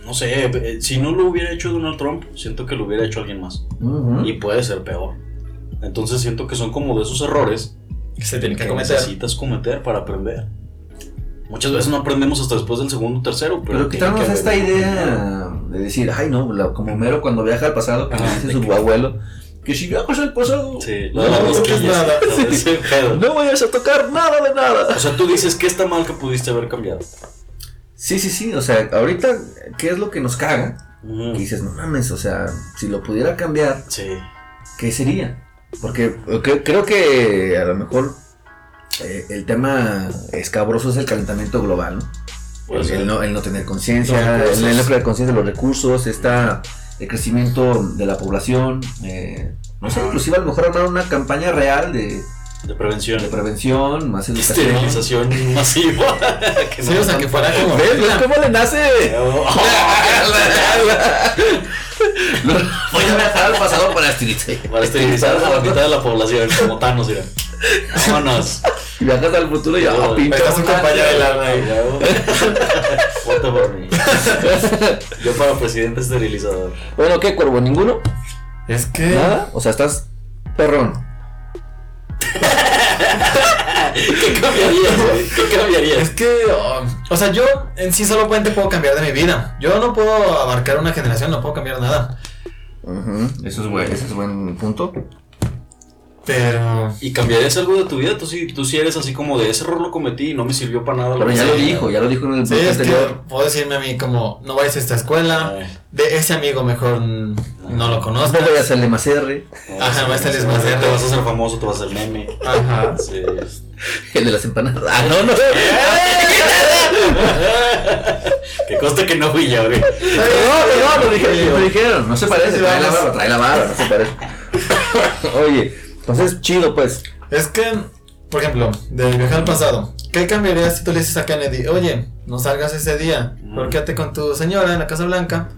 no sé, eh, si no lo hubiera hecho Donald Trump, siento que lo hubiera hecho alguien más.
Ujú.
Y puede ser peor. Entonces siento que son como de esos errores
Que se tiene que
que
cometer.
necesitas cometer para aprender. Muchas veces no aprendemos hasta después del segundo o tercero,
Pero
pero... tiene
quitarnos
que
esta
haber-
idea de decir, ay no, la- como Homero cuando viaja al pasado, que le
Ajá,
dice
de
su
que-
abuelo, que si viajas al pasado,
Sí,
no,
la de las
no,
cosquillas,
no es nada.
la de ese pedo.
no vayas a tocar nada de nada.
O sea, tú dices que está mal que pudiste haber cambiado.
Sí, sí, sí, o sea, ahorita, ¿qué es lo que nos caga?
Ujú.
Que dices, no mames, o sea, si lo pudiera cambiar,
Sí.
¿qué sería? Porque eh, cre- creo que a lo mejor eh, el tema escabroso es el calentamiento global, ¿no?
Puede
el,
ser.
el Pues no, el no tener conciencia,
Los recursos.
el, el no crear conciencia de los recursos, está el crecimiento de la población. eh, no
Ah.
sé, inclusive a lo mejor armar una campaña real de,
De prevención.
de prevención, más
De
educación.
Esterilización masiva. Que
Sí,
no-
o sea, que fuera como.
¿Ves? ¿Ves cómo le nace? No, Voy a viajar al pasado para estilizar.
Para esterilizar a la mitad de la población, como Thanos, mira. Vámonos.
Viajas al futuro y ah,
Pero-
pinche
Estás un
madre.
compañero de larga ahí.
Voto por mí. Yo para presidente esterilizador.
Bueno, ¿qué, cuervo? ¿Ninguno?
Es que.
¿Nada? O sea, estás perrón.
¿Qué cambiarías, güey? ¿Qué
Es
cambiarías?
que, oh, o sea, yo en sí solamente puedo cambiar de mi vida. Yo no puedo abarcar una generación, no puedo cambiar nada.
Ujú, Eso es buen, ese es buen punto.
Pero.
¿Y cambiarías algo de tu vida? Tú sí, tú sí eres así como de ese error lo cometí y no me sirvió para nada.
Pero ya lo dijo, ya lo dijo en el
Sí,
bloque
es que
anterior.
puedo decirme a mí como, no vayas a esta escuela,
Ay.
de ese amigo mejor mm, no lo
No voy a
conozcas.
hacerle más R,
Ajá, va a estar desmadre.
Te vas a hacer famoso, te vas a hacer meme.
Ajá.
Sí.
el de las empanadas. Ah, no, no.
que conste que no fui yo, güey.
No, no, lo dijeron, lo dijeron. No se parece,
sí,
trae la
vamos.
barba, trae la barba, no se parece. Oye, entonces chido pues.
Es que, por ejemplo, de viajar al pasado, ¿qué cambiarías si tú le dices a Kennedy, oye, no salgas ese día, pero quédate con tu señora en la Casa Blanca,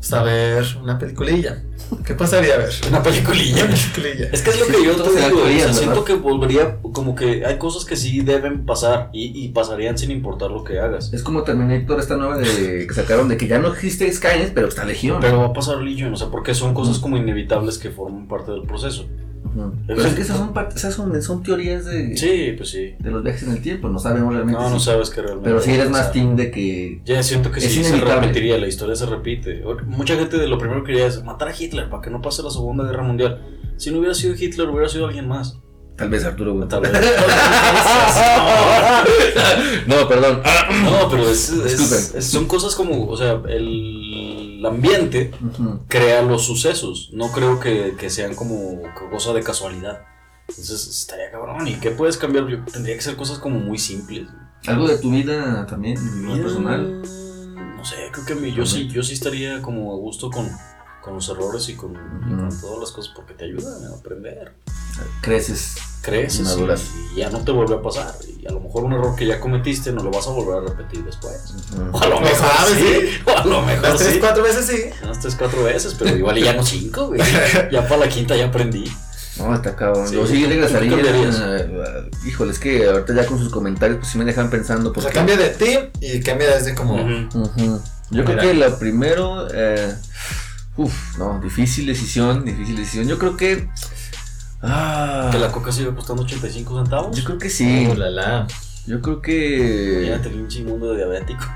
pues a ver una peliculilla? ¿Qué pasaría a ver?
Una peliculilla.
Una peliculilla.
Es que es lo
Sí,
que yo
tú
te
te la
digo, o sea,
creías, ¿verdad?
siento que volvería, como que hay cosas que sí deben pasar y, y pasarían sin importar lo que hagas.
Es como Terminator esta nueva de que sacaron de que ya no existe Skynet, pero está Legión.
Pero va a pasar Legion, o sea, porque son cosas como inevitables que forman parte del proceso.
Ujú. Pero es que esas son parte- esas son, son teorías de,
Sí, pues sí.
de los viajes en el tiempo, no sabemos realmente.
No, no
si-
sabes que realmente.
Pero si eres
va a
más
pasar.
team de que
Ya siento que
Es
sí, se
inevitable.
repetiría, la historia se repite. O- Mucha gente de lo primero que quería es matar a Hitler para que no pase la Segunda Guerra Mundial. Si no hubiera sido Hitler, hubiera sido alguien más.
tal vez Arturo González.
Tal vez. No,
No, perdón.
No, pero es- es-
Disculpen.
es- son cosas como, o sea, el, el ambiente
Ujú.
crea los sucesos. No creo que, que sean como cosa de casualidad. Entonces estaría cabrón. ¿Y qué puedes cambiar? Yo- tendría que ser cosas como muy simples.
Algo de tu vida también, individual, personal.
Mm, No sé, creo que mi- yo, sí, yo sí estaría como a gusto con, con los errores y con, y con
Ujú.
todas las cosas porque te ayudan a aprender.
Creces.
Creces y-
Maduras.
y, ya no te vuelve a pasar. Y a lo mejor un error que ya cometiste no lo vas a volver a repetir después.
Ujú.
O a lo
Lo
mejor
sabes,
¿eh?
sí. O a lo mejor
Las tres,
sí.
cuatro veces sí.
Unas tres, cuatro veces, pero igual y ya no cinco, güey. Ya para la quinta ya aprendí.
No, está cabrón.
Sí.
Yo sí regresaría.
¿Tú qué cambiarías?
eh, eh, híjole, es que ahorita ya con sus comentarios, pues sí me dejan pensando.
O
Porque,
sea, cambia de ti y cambia desde como.
Ujú.
Ujú. Yo creo
Mira.
que la primero. eh, uf, no, difícil decisión, difícil decisión. Yo creo que. Ah,
Que la coca sigue costando 85 centavos.
Yo creo que sí.
Uh, la, la.
Yo creo que.
Ya te vi un chingo de diabético.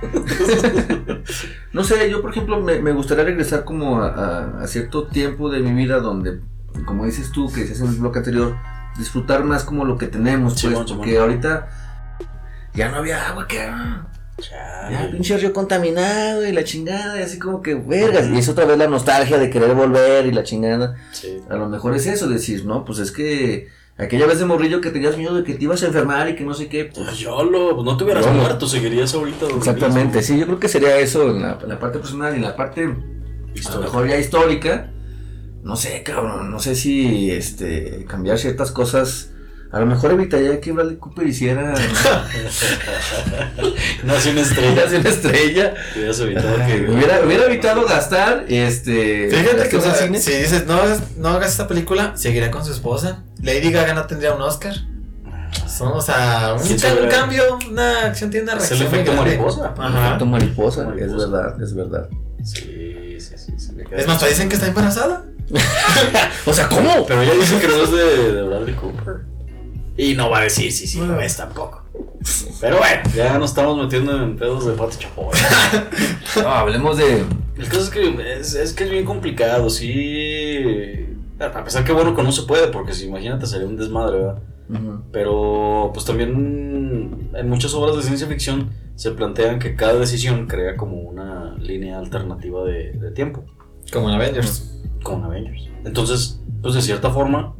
No sé, yo por ejemplo me, me gustaría regresar como a, a- a cierto tiempo de mi vida donde, como dices tú, que decías en el bloque anterior, disfrutar más como lo que tenemos,
Simón,
pues,
Simón.
porque ahorita ya no había agua que... ah, Ya,
Chale.
pinche río contaminado y la chingada, y así como que vergas. Y es otra vez la nostalgia de querer volver y la chingada.
Sí.
A lo mejor es eso, decir, no, pues es que aquella vez de morrillo que tenías miedo de que te ibas a enfermar y que no sé qué.
Pues Yolo, pues no te hubieras
Yolo.
muerto, seguirías ahorita donde
Exactamente,
mismo.
sí, yo creo que sería eso en la, en la parte personal y en la parte a lo
Historia.
mejor ya histórica. No sé, cabrón, no sé si este cambiar ciertas cosas. A lo mejor evitaría que Bradley Cooper hiciera
Nació una
hiciera
estrella.
ser una estrella.
Hubieras evitado que.
Ah, hubiera, hubiera evitado gastar este
Fíjate
gastar
que, o
en
sea,
cine.
si dices, no, hagas- no hagas esta película, seguirá con su esposa. Lady Gaga no tendría un Oscar. son, o sea, un,
Sí,
ca- un
sí,
cambio, una acción tiene una
Es el
reacción muy
efecto
grande.
mariposa.
Ajá.
Efecto mariposa, es
Mariposa.
verdad, es verdad.
Sí, sí, sí. sí, me queda-
Es más, te dicen que está embarazada.
O sea, ¿cómo?
Oh, Pero ella dice que no es de, de Bradley Cooper. Y no va a decir si sí lo es tampoco. Pero bueno, ya nos estamos metiendo en pedos de Pati Chapoy.
No, hablemos de.
El caso es que es, es que es bien complicado, sí. A pesar que bueno que no se puede, porque si imagínate sería un desmadre, ¿verdad?
Ujú.
Pero pues también en muchas obras de ciencia ficción se plantean que cada decisión crea como una línea alternativa de, de tiempo,
Como en Avengers.
como en Avengers. Entonces, pues de cierta forma,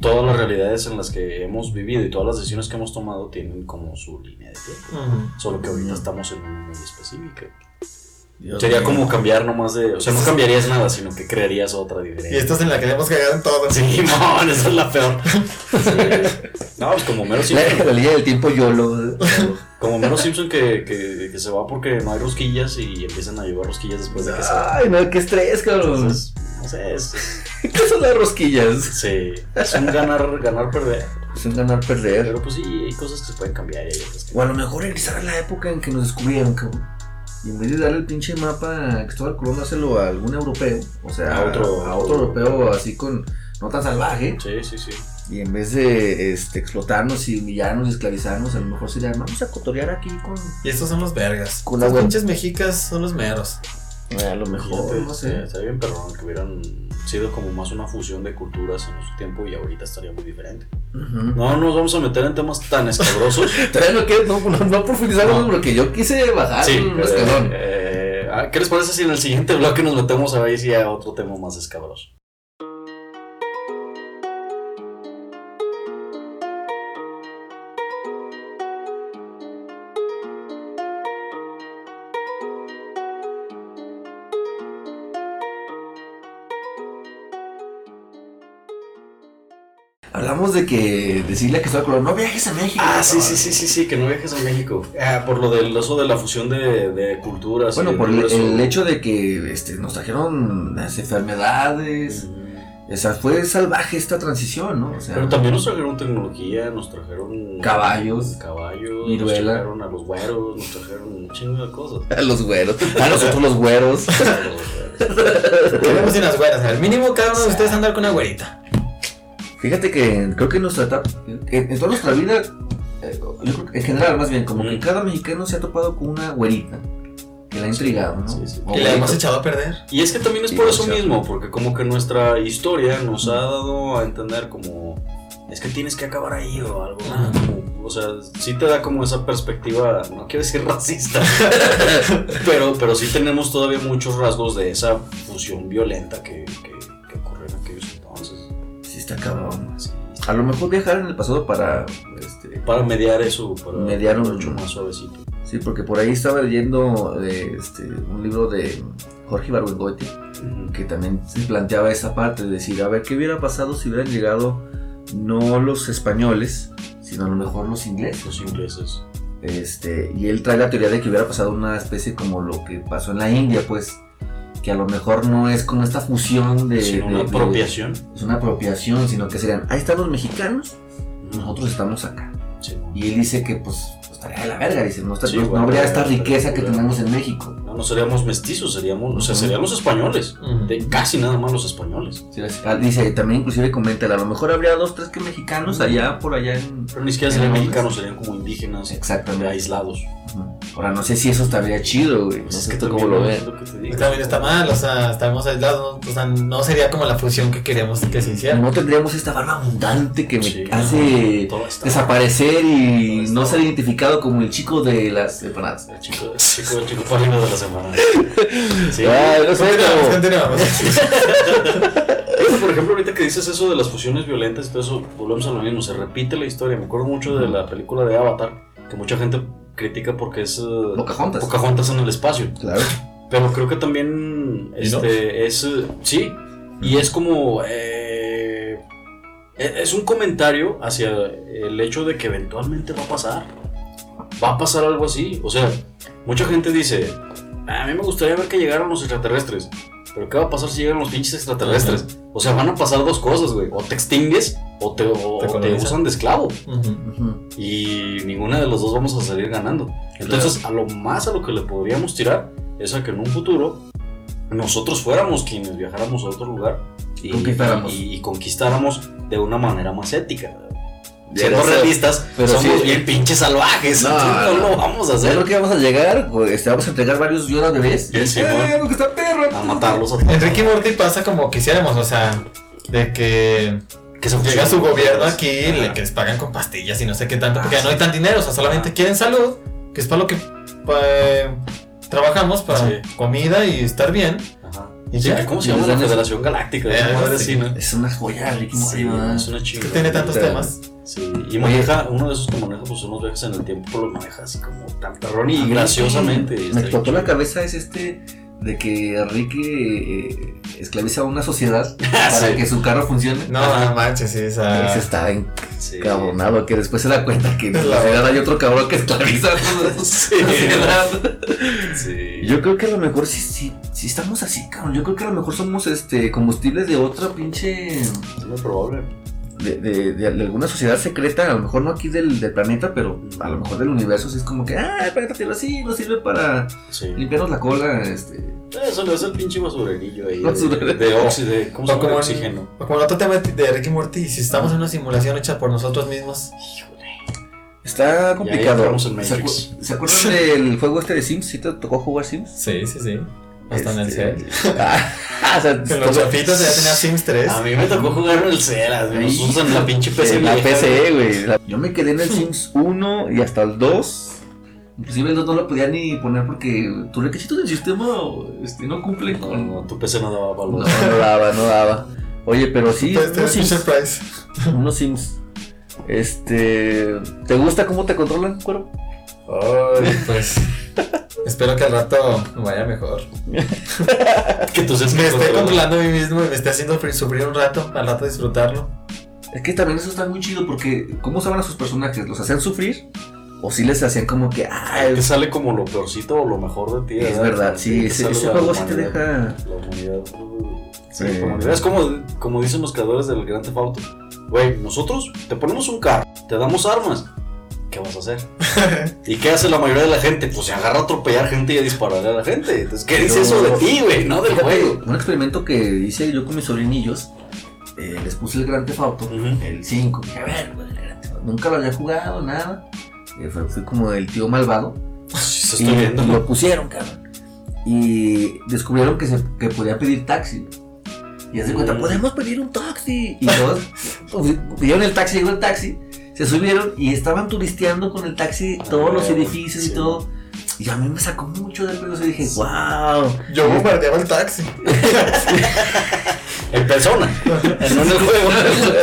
todas las realidades en las que hemos vivido y todas las decisiones que hemos tomado tienen como su línea de tiempo.
Ujú.
Solo que ahorita estamos en una muy específica.
Dios
Sería
mío.
como cambiar nomás de. O sea, no cambiarías nada, sino que crearías otra
Y
este-
diferente.
esta es en la que le hemos cagado en todo.
Sí, mon, esa es la peor. Sí. No, pues como Mero
La,
Simpson.
la línea del tiempo YOLO.
Como Mero Simpson que, que, que se va porque no hay rosquillas y empiezan a llevar rosquillas después de que se va.
Ay, no, qué estrés, cabrón.
Entonces, no sé, es, es-
¿Qué son las rosquillas?
sí, es un ganar, ganar, perder.
Es un ganar, perder.
Pero pues sí, hay cosas que se pueden cambiar. y hay otras que-
O a lo mejor regresar a la época en que nos descubrieron, cabrón. Y en vez de darle el pinche mapa a Cristóbal Colón, dárselo a algún europeo. O sea,
A otro-
a otro europeo así con. No tan salvaje.
Sí, sí, sí.
Y en vez de este, explotarnos y humillarnos y esclavizarnos, a lo mejor sería, vamos a cotorear aquí con.
Y estos son los vergas.
Con
Los
agua.
pinches mexicas son los meros.
A lo mejor,
Fíjate,
no sé.
Estaría bien perrón que hubieran sido como más una fusión de culturas en su tiempo y ahorita estaría muy diferente.
Ujú.
No nos vamos a meter en temas tan escabrosos.
Todavía no, quiero- no, no, no profundizamos
No.
porque yo quise bajar
Sí,
un
eh,
escalón.
eh, ah, ¿Qué les parece si en el siguiente bloque nos metemos a ver si a otro tema más escabroso?
Hablamos de que decirle a Cristóbal Colón, no viajes a México.
Ah, sí, sí, sí, sí, sí, que no viajes a México. Ah, por lo del oso de la fusión de, de culturas.
Bueno,
y
por el,
todo eso.
el hecho de que este, nos trajeron las enfermedades. O sea, fue salvaje esta transición, ¿no? O sea,
Mm. Pero también nos trajeron tecnología, nos trajeron
Caballos.
caballos,
Viruela.
nos trajeron a los güeros, nos trajeron un chingo de cosas.
a los güeros. A nosotros los güeros.
Queremos unas güeras. Al mínimo cada uno de ustedes andar con una güerita.
Fíjate que creo que en nuestra etapa, en, en toda nuestra vida, eh, yo creo que en general más bien, como que
Mm.
cada mexicano se ha topado con una güerita que la ha intrigado, ¿no?
sí,
O
sí.
Y la
güerito.
hemos echado a perder.
Y es que también es
Sí,
por
o
eso
sea.
mismo, porque como que nuestra historia nos ha dado a entender como es que tienes que acabar ahí o algo. ¿no? Como, O sea, sí te da como esa perspectiva, no quiero decir racista, pero, pero sí tenemos todavía muchos rasgos de esa fusión violenta que, que, que ocurrió en aquellos entonces.
Sí, está cabrón.
Sí.
A lo mejor viajar en el pasado para, este,
Para mediar eso, para
Mediar un-
mucho más suavecito.
sí, porque por ahí estaba leyendo eh, este, un libro de Jorge Ibargüengoitia, que también se planteaba esa parte de decir, a ver, ¿qué hubiera pasado si hubieran llegado no los españoles, sino a lo mejor los ingleses?
Los ingleses.
Este, y él trae la teoría de que hubiera pasado una especie como lo que pasó en la India, pues, que a lo mejor no es como esta fusión de...
Sin una
de- de-
apropiación.
es una apropiación, sino que serían, ahí están los mexicanos, nosotros estamos acá.
Sí.
Y él dice que, pues, pues, estaría de la verga, dice, no, está-
Sí,
no- no
bueno,
habría
ya,
esta
estaría
riqueza que
culero.
tenemos en México.
No, no seríamos mestizos, seríamos, o sea,
Ujú.
serían los españoles.
De-
De casi nada más los españoles.
Sí, así- ah, Dice, también inclusive comenta, a lo mejor habría dos, tres que mexicanos allá, por allá en...
Pero ni siquiera serían
Eran
mexicanos, serían como indígenas,
Exactamente.
aislados.
Ujú. Ahora, no sé si eso estaría chido, güey. No
Pues
sé tú
también
cómo lo
es
ves.
lo que te
Y
digo.
También está mal, o sea, estamos aislados. ¿no? O sea, no sería como la fusión que queríamos que se hiciera.
No tendríamos esta barba abundante que me
Sí,
hace
todo está-
desaparecer y
Todo
no
está-
ser identificado como el chico de las empanadas.
El chico, el chico, el chico página de la semana. Sí.
no
Continuamos, continuamos.
Eso, por ejemplo, ahorita que dices eso de las fusiones violentas y todo eso, volvemos a lo mismo, se repite la historia. Me acuerdo mucho de la película de Avatar, que mucha gente critica porque es eh,
Pocahontas.
Pocahontas en el espacio.
Claro.
Pero creo que también
¿Y no?
este, es. eh, Sí, y es como. eh, e- es un comentario hacia el hecho de que eventualmente va a pasar. Va a pasar "Ah, algo así. O sea, mucha gente dice: A mí me gustaría ver que llegaron los extraterrestres. Pero ¿qué va a pasar si llegan los pinches extraterrestres? O sea, van a pasar dos cosas, güey. O te extingues o te, o- o te
colonizan.
usan de esclavo.
Ujú.
Ujú.
Y ninguna de los dos vamos a salir ganando. Entonces, a lo más a lo que le podríamos tirar es a que en un futuro nosotros fuéramos quienes viajáramos a otro lugar y
Conquistáramos.
y- y conquistáramos de una manera más ética.
Pero
Siendo
sí,
realistas,
pero
somos
sí.
bien pinches salvajes.
No,
entonces, No,
no.
lo vamos a
O sea,
hacer.
creo que vamos a llegar, pues, este, vamos a entregar varios Yoda bebés.
Sí, sí,
¡Eh,
bueno.
lo que está perro!
A matarlos a
En Ricky Morty pasa como quisiéramos, o sea, de que
Que se
llega
fusionen
su
con
gobierno
ellos.
aquí,
Ajá. Ah,
le, que les pagan con pastillas y no sé qué tanto, porque no hay tan dinero, o sea, solamente quieren salud, que es para lo que pa- eh, trabajamos, para
Sí.
comida y estar bien.
Ajá.
Y
Sí,
ya,
que ¿Cómo se
y
llama
nos
la
dan eso.
Federación Galáctica?
Eh,
Esa madre
sí.
sí, ¿no?
Es una joya, Ricky
Sí,
Morty, ¿verdad?
es una
Que
chingada.
tiene tantos
Ahorita-
temas.
Sí, y maneja, uno de esos que maneja, pues son los viajes en el tiempo, pero los maneja así como tan perrón y graciosamente.
Ah,
este,
Me
Está bien
explotó la
chido.
cabeza es este de que Ricky eh, esclaviza a una sociedad para
Ah, Sí.
que su carro funcione. Ah.
No, no manches, sí, o sea,
Ese está
Sí.
encabronado, que después se da cuenta que en la
La-
sociedad hay otro cabrón que esclaviza a toda la
Sí.
sociedad.
Sí.
Yo creo que a lo mejor si, si, si estamos así, cabrón, yo creo que a lo mejor somos este combustibles de otra pinche...
Es muy probable.
De, de- de- de alguna sociedad secreta, a lo mejor no aquí del, del planeta, pero a lo mejor del universo, sí es como que, ah, el planeta Tierra sí nos sirve para
Sí.
limpiarnos la cola, este...
Eso le hace el pinche basurerillo ahí. De,
Basurero.
de óxido. de- ¿Cómo se
o
llama?
como,
De
en,
oxígeno.
o como el otro tema de Ricky Morty, si estamos en una simulación hecha por nosotros mismos,
Está complicado.
entramos en
¿Se,
Matrix.
acu- ¿se acuerdan del juego este de Sims? ¿Sí te tocó jugar Sims?
sí, sí, sí, hasta en el
Este,
cel.
ah, o sea,
En los
todo-
chafitos ya tenía Sims 3.
A mí me tocó jugar en el Ceras. güey. Nos
Hijo
usan la pinche
de
PC.
La
vieja,
PC, güey. La- Yo me quedé en el Sims 1 y hasta el 2. Inclusive el 2 no lo podía ni poner porque tu requisito del sistema este, no cumple
No,
con...
no, tu PC no daba
No,
valor.
no daba, no daba. Oye, pero sí,
Entonces,
unos
tenía Fisher
Sims,
Price.
unos Sims. Este, ¿te gusta cómo te controlan, cuero?
Ay, pues. Espero que al rato me vaya mejor. Pues,
Que tú seas
Me estoy
controlador.
controlando a mí mismo y me estoy haciendo fri- sufrir un rato, al rato disfrutarlo.
Es que también eso está muy chido porque ¿cómo usaban a sus personajes? ¿Los hacían sufrir? ¿O sí les hacían como que, ah,
Te sale como lo peorcito o lo mejor de ti.
es verdad, sí,
Te
ese,
sale
ese
la
juego sí te
humanidad.
deja...
La humanidad. Sí,
Sí.
como- es como, como dicen los creadores del Gran Theft Auto. Güey, nosotros te ponemos un carro, te damos armas. ¿Qué vas a hacer? ¿Y qué hace la mayoría de la gente? Pues se agarra a atropellar gente y a dispararle a la gente. Entonces, ¿qué dice
Yo-
eso de ti, güey? No del
Fíjate,
juego.
Un experimento que hice yo con mis sobrinillos, eh, les puse el Gran Theft Auto,
Ujú.
el 5, dije, a ver, güey, el Grand Theft Auto". nunca lo había jugado, nada. Eh, fue- fui como el tío malvado.
Pues, Se
Y,
estoy viendo,
y
¿no?
lo pusieron, cabrón. Y descubrieron que, se, que podía pedir taxi. Y hace cuenta,
Mm.
podemos pedir un taxi. Y todos pues, pidieron el taxi, llegó el taxi, se subieron y estaban turisteando con el taxi todos los
Ah,
edificios
sí.
y todo. Y a mí me sacó mucho del pedo. Y dije, wow.
Yo bombardeaba el taxi.
En persona.
No en el juego.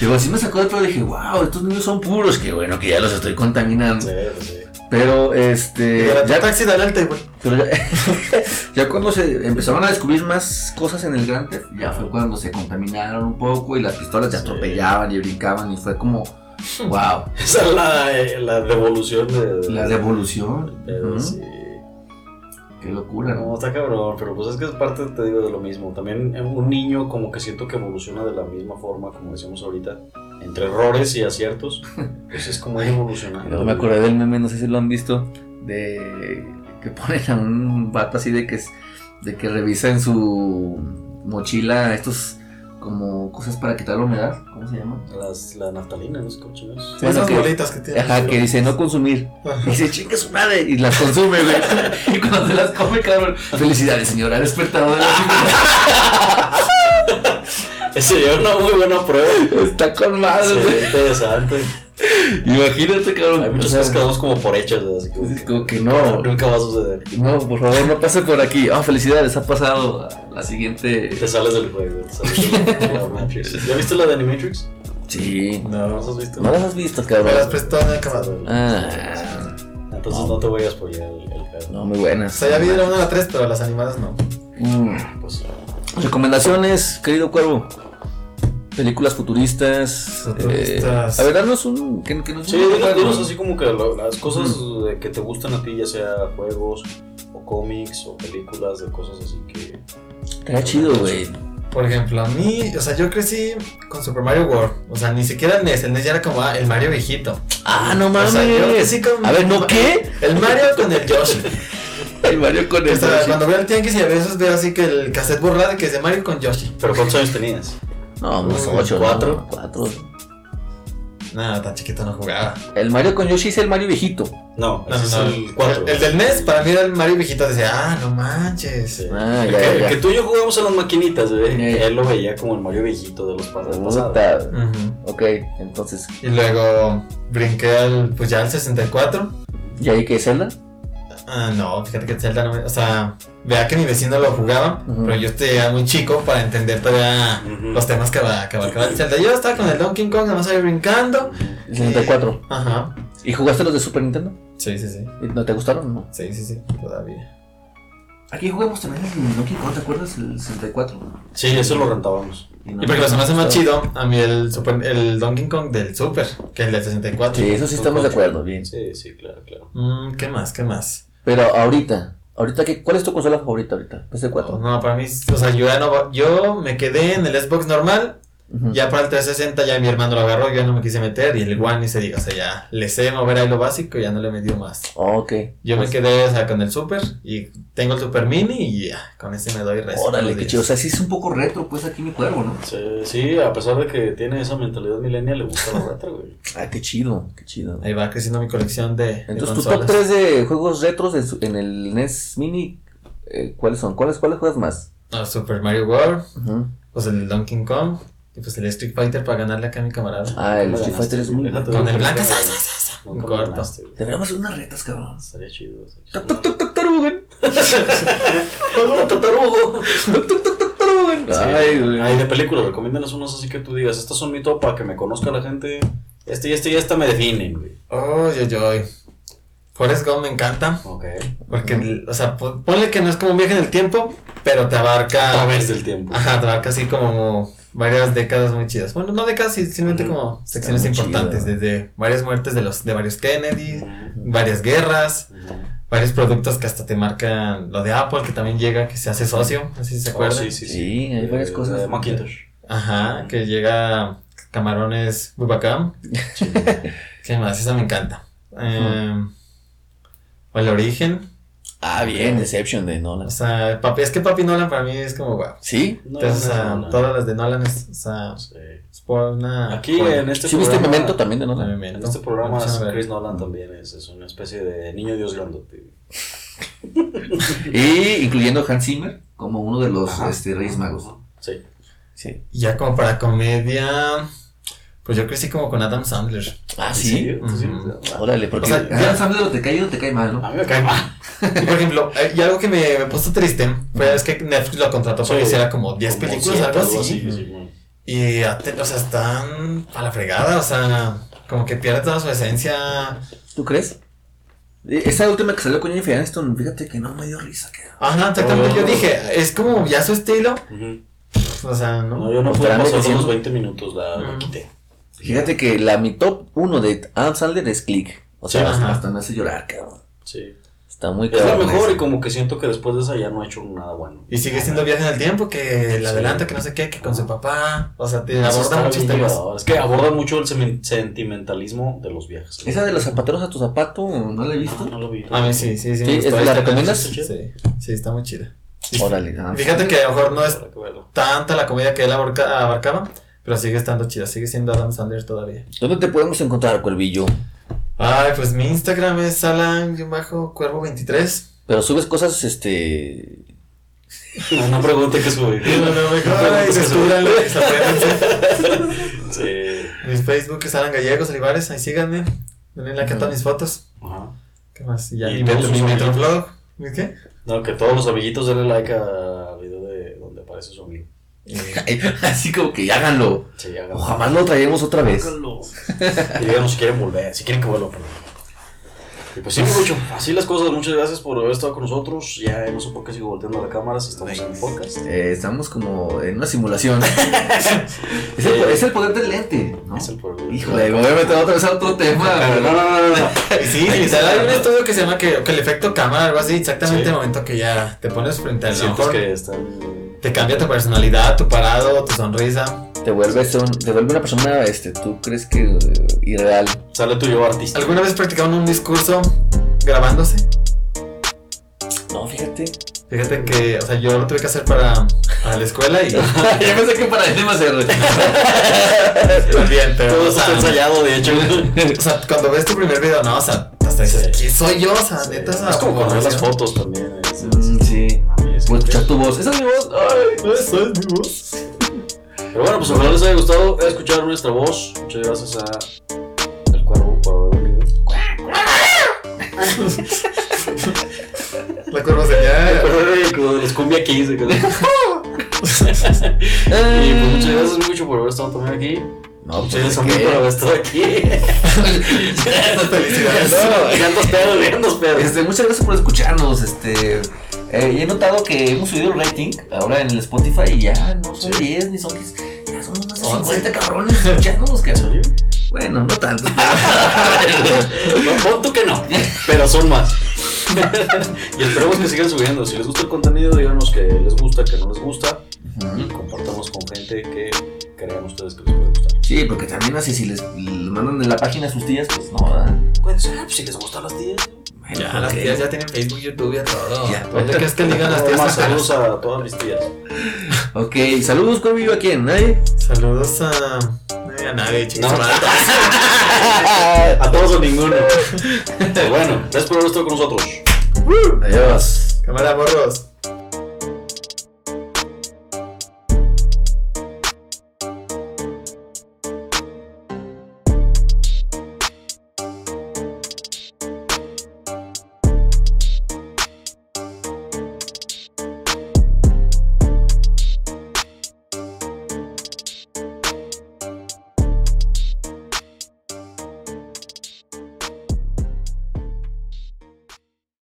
Digo, así me sacó de todo y dije, wow, estos niños son puros, que bueno, que ya los estoy contaminando.
Sí, sí.
Pero
Y
este.
era tu
Ya,
taxi, dale al table.
pero ya, ya cuando se empezaron a descubrir más cosas en el Grand Theft, ya fue cuando se contaminaron un poco y las pistolas te
Sí.
atropellaban y brincaban y fue como, wow,
Esa es la, eh, la devolución de.
la revolución.
Pero
Ujú,
sí.
Qué locura,
No,
¿no?
está cabrón, pero pues es que es parte, te digo, de lo mismo. También eh, un niño como que siento que evoluciona de la misma forma, como decíamos ahorita, entre errores y aciertos, pues es como ir evolucionando.
Yo me acordé del meme, no sé si lo han visto, de que ponen a un vato así de que es- de que revisa en su mochila estos como cosas para quitar la humedad, ¿cómo se llama?
Las, la naftalina, ¿no? sé ¿Cómo se llama?
Sí,
Bueno,
esas
que-
bolitas que tienes.
Ajá, que dice no consumir. Y dice, chinga su madre. Y las consume, güey. Y cuando se las come, cabrón. Felicidades, señora. Ha despertado de la
Sería una muy buena prueba.
Está con
Sería
madre, güey.
interesante.
Imagínate, cabrón.
Hay
O
muchas
sea,
cosas que damos como por hechas, ¿no? Así como
es
que
como que no.
nunca va a suceder.
No, por favor, no pase por aquí. Ah, felicidades, ha pasado a la siguiente.
Te sales del juego. te sales del- de la Matrix. ¿Ya viste la de Animatrix?
Sí.
¿No las has visto?
No las has visto,
Me las
cabrón.
prestó en el camarón.
Ah,
Entonces no te voy a spoilear el, el pedo.
no, muy
O
buenas.
sea, ya vi la 1 a la 3, pero las animadas no.
Mm.
Pues,
Recomendaciones, querido Cuervo. Películas futuristas. eh,
Futuristas.
a ver, danos un. Que, que nos
Sí,
un-
dinos, dinos así como que lo- las cosas eh, que te gustan a ti, ya sea juegos o cómics o películas de cosas así que
Era Ah, chido, güey.
Por ejemplo, a mí, o sea, yo crecí con Super Mario World. O sea, ni siquiera el NES. El NES ya era como ah, el Mario viejito.
Ah, no mames.
O sea, yo crecí con-
A ver, ¿no qué?
El Mario con el Yoshi.
El Mario con
O
el
sea,
Yoshi.
cuando veo el tianguis y a veces veo así que el cassette borrado que es de Mario con Yoshi.
¿Pero cuántos años tenías?
No, unos
Uy,
ocho,
cuatro.
¿no? Cuatro.
Nada, tan chiquito no jugaba.
El Mario con Yoshi es el Mario viejito.
No,
No,
Ah, ese
no, no.
es el 4.
El, el del NES para mí era el Mario viejito. Decía, ah, no manches.
Ah,
El
ya,
que,
ya,
el que
ya.
tú y yo jugábamos a las maquinitas, güey.
Ya, ya.
Él lo veía como el Mario viejito de los pasados. pasados.
Puta.
Ujú.
Ok, entonces,
Y luego brinqué al, pues ya al 64.
¿y ahí qué Zelda?
Ah, no, fíjate que Zelda no me- O sea, vea que mi vecino lo jugaba,
Ujú.
pero yo era muy chico para entender todavía
Ujú.
los temas que va que abarcaba el Zelda. Yo estaba con el Donkey Kong, nada más ahí brincando.
El 64.
Ajá.
¿Y jugaste los de Super Nintendo?
Sí, sí, sí.
¿Y ¿No te gustaron o no?
Sí, sí, sí, todavía.
Aquí jugamos también el Donkey Kong, ¿te acuerdas? El 64.
Sí, eso lo rentábamos.
Y porque lo se me hace más chido, a mí el, super, el Donkey Kong del Super, que el del 64.
Sí, eso sí estamos de acuerdo, bien.
Sí, sí, claro, claro.
Mm, ¿Qué más? ¿Qué más?
Pero ahorita, ahorita qué, ¿cuál es tu consola favorita ahorita? PS4.
No, para mí, o sea, yo ya no. Yo me quedé en el Xbox normal
Ujú.
Ya para el 360 ya mi hermano lo agarró, yo ya no me quise meter y el One ni se diga, o sea, ya le sé mover ahí lo básico y ya no le metió más.
Ok.
Yo
Pues
me quedé, o sea, con el Super y tengo el Super Mini y ya, con ese me doy resto.
Órale,
los
qué
días.
chido. O sea, sí es un poco retro, pues aquí mi cuervo, ¿no?
Sí, sí, a pesar de que tiene esa mentalidad milenial, le gusta la retro, güey.
Ah, qué chido, qué chido.
Ahí va creciendo mi colección de, de
Entonces, tu top 3
consolas.
de juegos retros en, su- en el NES Mini, eh, ¿cuáles son? ¿Cuáles, ¿Cuáles juegas más?
Ah, Super Mario World,
Ujú.
pues el Donkey Kong y pues el Street Fighter para ganarle acá a mi camarada.
Ah, el
Lo
Street
ganaste,
Fighter es
güey.
muy.
Déjate
Con
de
el
buscar,
blanco, sa,
güey.
sa, sa, sa.
Nunca
Un
lo
corto.
ganaste, güey.
Deberíamos hacer unas retas, cabrón.
Estaría chido. estaría
Toc,
chido.
toc, toc, toc, tarugan. Toc, toc, toc, toc, tarugan.
Sí.
Ay, güey.
Ay, de películas, recomiéndanos unos así que tú digas, estas son mi top para que me conozca la gente. Este y este y esta me definen, güey.
Oh, yo, yo. Forrest Gump me encanta
Ok.
porque, o sea, pon- ponle que no es como un viaje en el tiempo, pero te abarca...
A través del tiempo.
Ajá, trabaja así como varias décadas muy chidas. Bueno, no décadas, sí, simplemente
Ujú.
como secciones
muy chido.
importantes, desde varias muertes de los de varios Kennedy, varias guerras, varios productos que hasta te marcan lo de Apple, que también llega, que se hace socio, no sé si se
Oh,
acuerdan.
sí, sí, sí.
Sí, hay varias
Eh,
cosas.
de Macintosh.
Ajá, que llega Camarones Bubacam. ¿Qué más? Esa me encanta. Eh, o el origen.
Ah, bien, Deception de Nolan.
O sea, papi, es que Papi Nolan para mí es como wow.
¿Sí?
No,
Entonces, o
no,
sea,
no, no.
todas las de Nolan es, o sea,
Sí.
es por una.
Aquí
por-
en este
Ah, ¿Sí viste
programa-
Memento también Ah, de Nolan?
En este programa Chris Nolan también es, es una especie de niño dios grandote.
Y incluyendo Hans Zimmer como uno de los este, Reyes Magos.
Sí.
Sí.
Y Ya como para comedia, pues yo crecí como con Adam Sandler.
Ah,
¿En
sí.
serio? ¿Tú sí?
Ujú.
Órale, porque
O sea, ya-
Adam Sandler o te cae o te cae mal,
A
¿no?
mí me cae mal.
Y por ejemplo, eh, y algo que me, me puso triste fue es que Netflix lo contrató para
Sí.
que hiciera como 10
Como
películas,
siete,
algo así.
sí, bueno.
Y, ate- o sea, están a la fregada, o sea, como que pierde toda su esencia.
¿Tú crees? Eh, Esa última que salió con Jennifer Aniston, fíjate que no me dio risa. Que...
Ajá, exactamente.
Oh.
Yo dije, es como ya su estilo,
Ujú.
o sea, ¿no?
No, yo no pude
Estarán
pasar
diciendo-
los 20 minutos, la, la
Ujú.
quité.
Fíjate que la, mi top 1 de Adam Sandler es Click. O sea,
Sí,
hasta,
ajá.
hasta me hace llorar, cabrón.
Sí.
Está muy
Es la
cabrón
mejor
ese.
y como que siento que después de esa ya no ha hecho nada bueno.
Y sigue siendo viaje en el tiempo, que
Sí.
la adelanta, que no sé qué, que con su papá, o sea, te
Eso está
aborda muchos
bien
temas.
llevado. Es que aborda mucho el semen- sentimentalismo de los viajes.
Esa de los zapateros a tu zapato, ¿no la he
No,
visto?
no lo vi.
A mí sí, sí, sí.
Sí,
me gustó.
¿la
Ahí está,
recomiendas?
Sí, sí, sí, está muy chida.
Órale, Adam
Fíjate que a lo mejor no es
Habrá que verlo.
tanta la comedia que él abarca- abarcaba, pero sigue estando chida, sigue siendo Adam Sandler todavía.
¿Dónde te podemos encontrar, Cuervillo?
Ay, pues mi Instagram es alan-cuervo23.
Pero subes cosas, este...
No, no pregunte qué subir.
Ay, descúbranlo, sorpréndanse.
Sí.
Mi Facebook es Alan Gallegos Olivares, ahí síganme. Denle like a todas mis fotos.
Ajá.
¿Qué más? Y ya,
Y
y ven
todos
mi
sus amigos.
Metroflog. ¿Y ¿Qué?
No, que todos los amiguitos denle like al video de donde aparece su amigo. Eh,
Así como que háganlo.
Sí,
O
háganlo.
jamás lo traeremos otra vez.
Háganlo. Y díganos si quieren volver, si quieren que vuelva. perdón. Y pues sí, mucho. Así las cosas. Muchas gracias por haber estado con nosotros. Ya no sé por qué sigo volteando la cámara si estamos en el podcast.
Eh, estamos como en una simulación. es, el,
Eh,
es el poder del lente, ¿no?
Es el problema.
Híjole, me voy a meter otra vez a otro tema.
No, no,
¿verdad?
no, no, no.
Y Sí, literal, hay un estudio que se llama que, que el efecto cámara, algo así, exactamente
Sí.
el momento que ya te pones frente al
Sientes
ojo.
que están
Te cambia tu personalidad, tu parado, tu sonrisa.
Te vuelves un- te vuelve una persona, este, tú crees que eh, irreal.
Sale tu yo artista.
¿Alguna vez practicaron un discurso grabándose?
No, fíjate.
Fíjate que, o sea, yo lo tuve que hacer para, para la escuela y
Yo pensé que para el tema se
también te
Todo
pues, o
está
sea,
ensayado, de hecho.
o sea, cuando ves tu primer video, no, o sea, hasta dices,
Sí.
¿quién soy yo? O sea, neta,
es como cuando ves las fotos también. eh, es- es-
Mm, Sí. Pues,
es-
Puedes escuchar tu voz. Esa es mi voz. Ay.
Eso es mi voz.
Pero bueno, pues ojalá les haya gustado escuchar nuestra voz. Muchas gracias a El Cuervo por haber venido.
La curva señal.
Pero era como de los cumbia 15. que- y pues muchas gracias mucho por haber estado también aquí.
No,
Muchas gracias
pues,
a mí
¿qué?
por haber estado aquí.
Felicidades.
Ya andas pedo, ya andas pedo.
Este, muchas gracias por escucharnos. Este, eh, y he notado que hemos subido el rating ahora en el Spotify y ya no son 10 ni son 15. Ya somos más de 50 cabrones escuchándonos, cabrón.
¿En serio?
Bueno, no tanto.
No, pon tú que no, pero son más. y esperemos que sigan subiendo. Si les gusta el contenido, díganos que les gusta, que no les gusta. Y compartamos con gente que crean ustedes que les puede gustar.
sí, porque también así si les, le mandan en la página sus tías, pues no, ¿verdad?
Puede ser, pues, si les gustan las tías.
Bueno,
Ya, las
ok.
tías ya tienen Facebook, YouTube, ya todo.
Ya.
¿Dónde crees que ligan las
Nada más
tías?
saludos a todas mis tías.
Ok, saludos, ¿cuál vivo a quién? ¿Nadie?
Saludos a. ay, A nadie, chicos.
No. A todos o ninguno. Pues bueno, gracias por haber estado con nosotros.
Adiós.
Cámara, morros.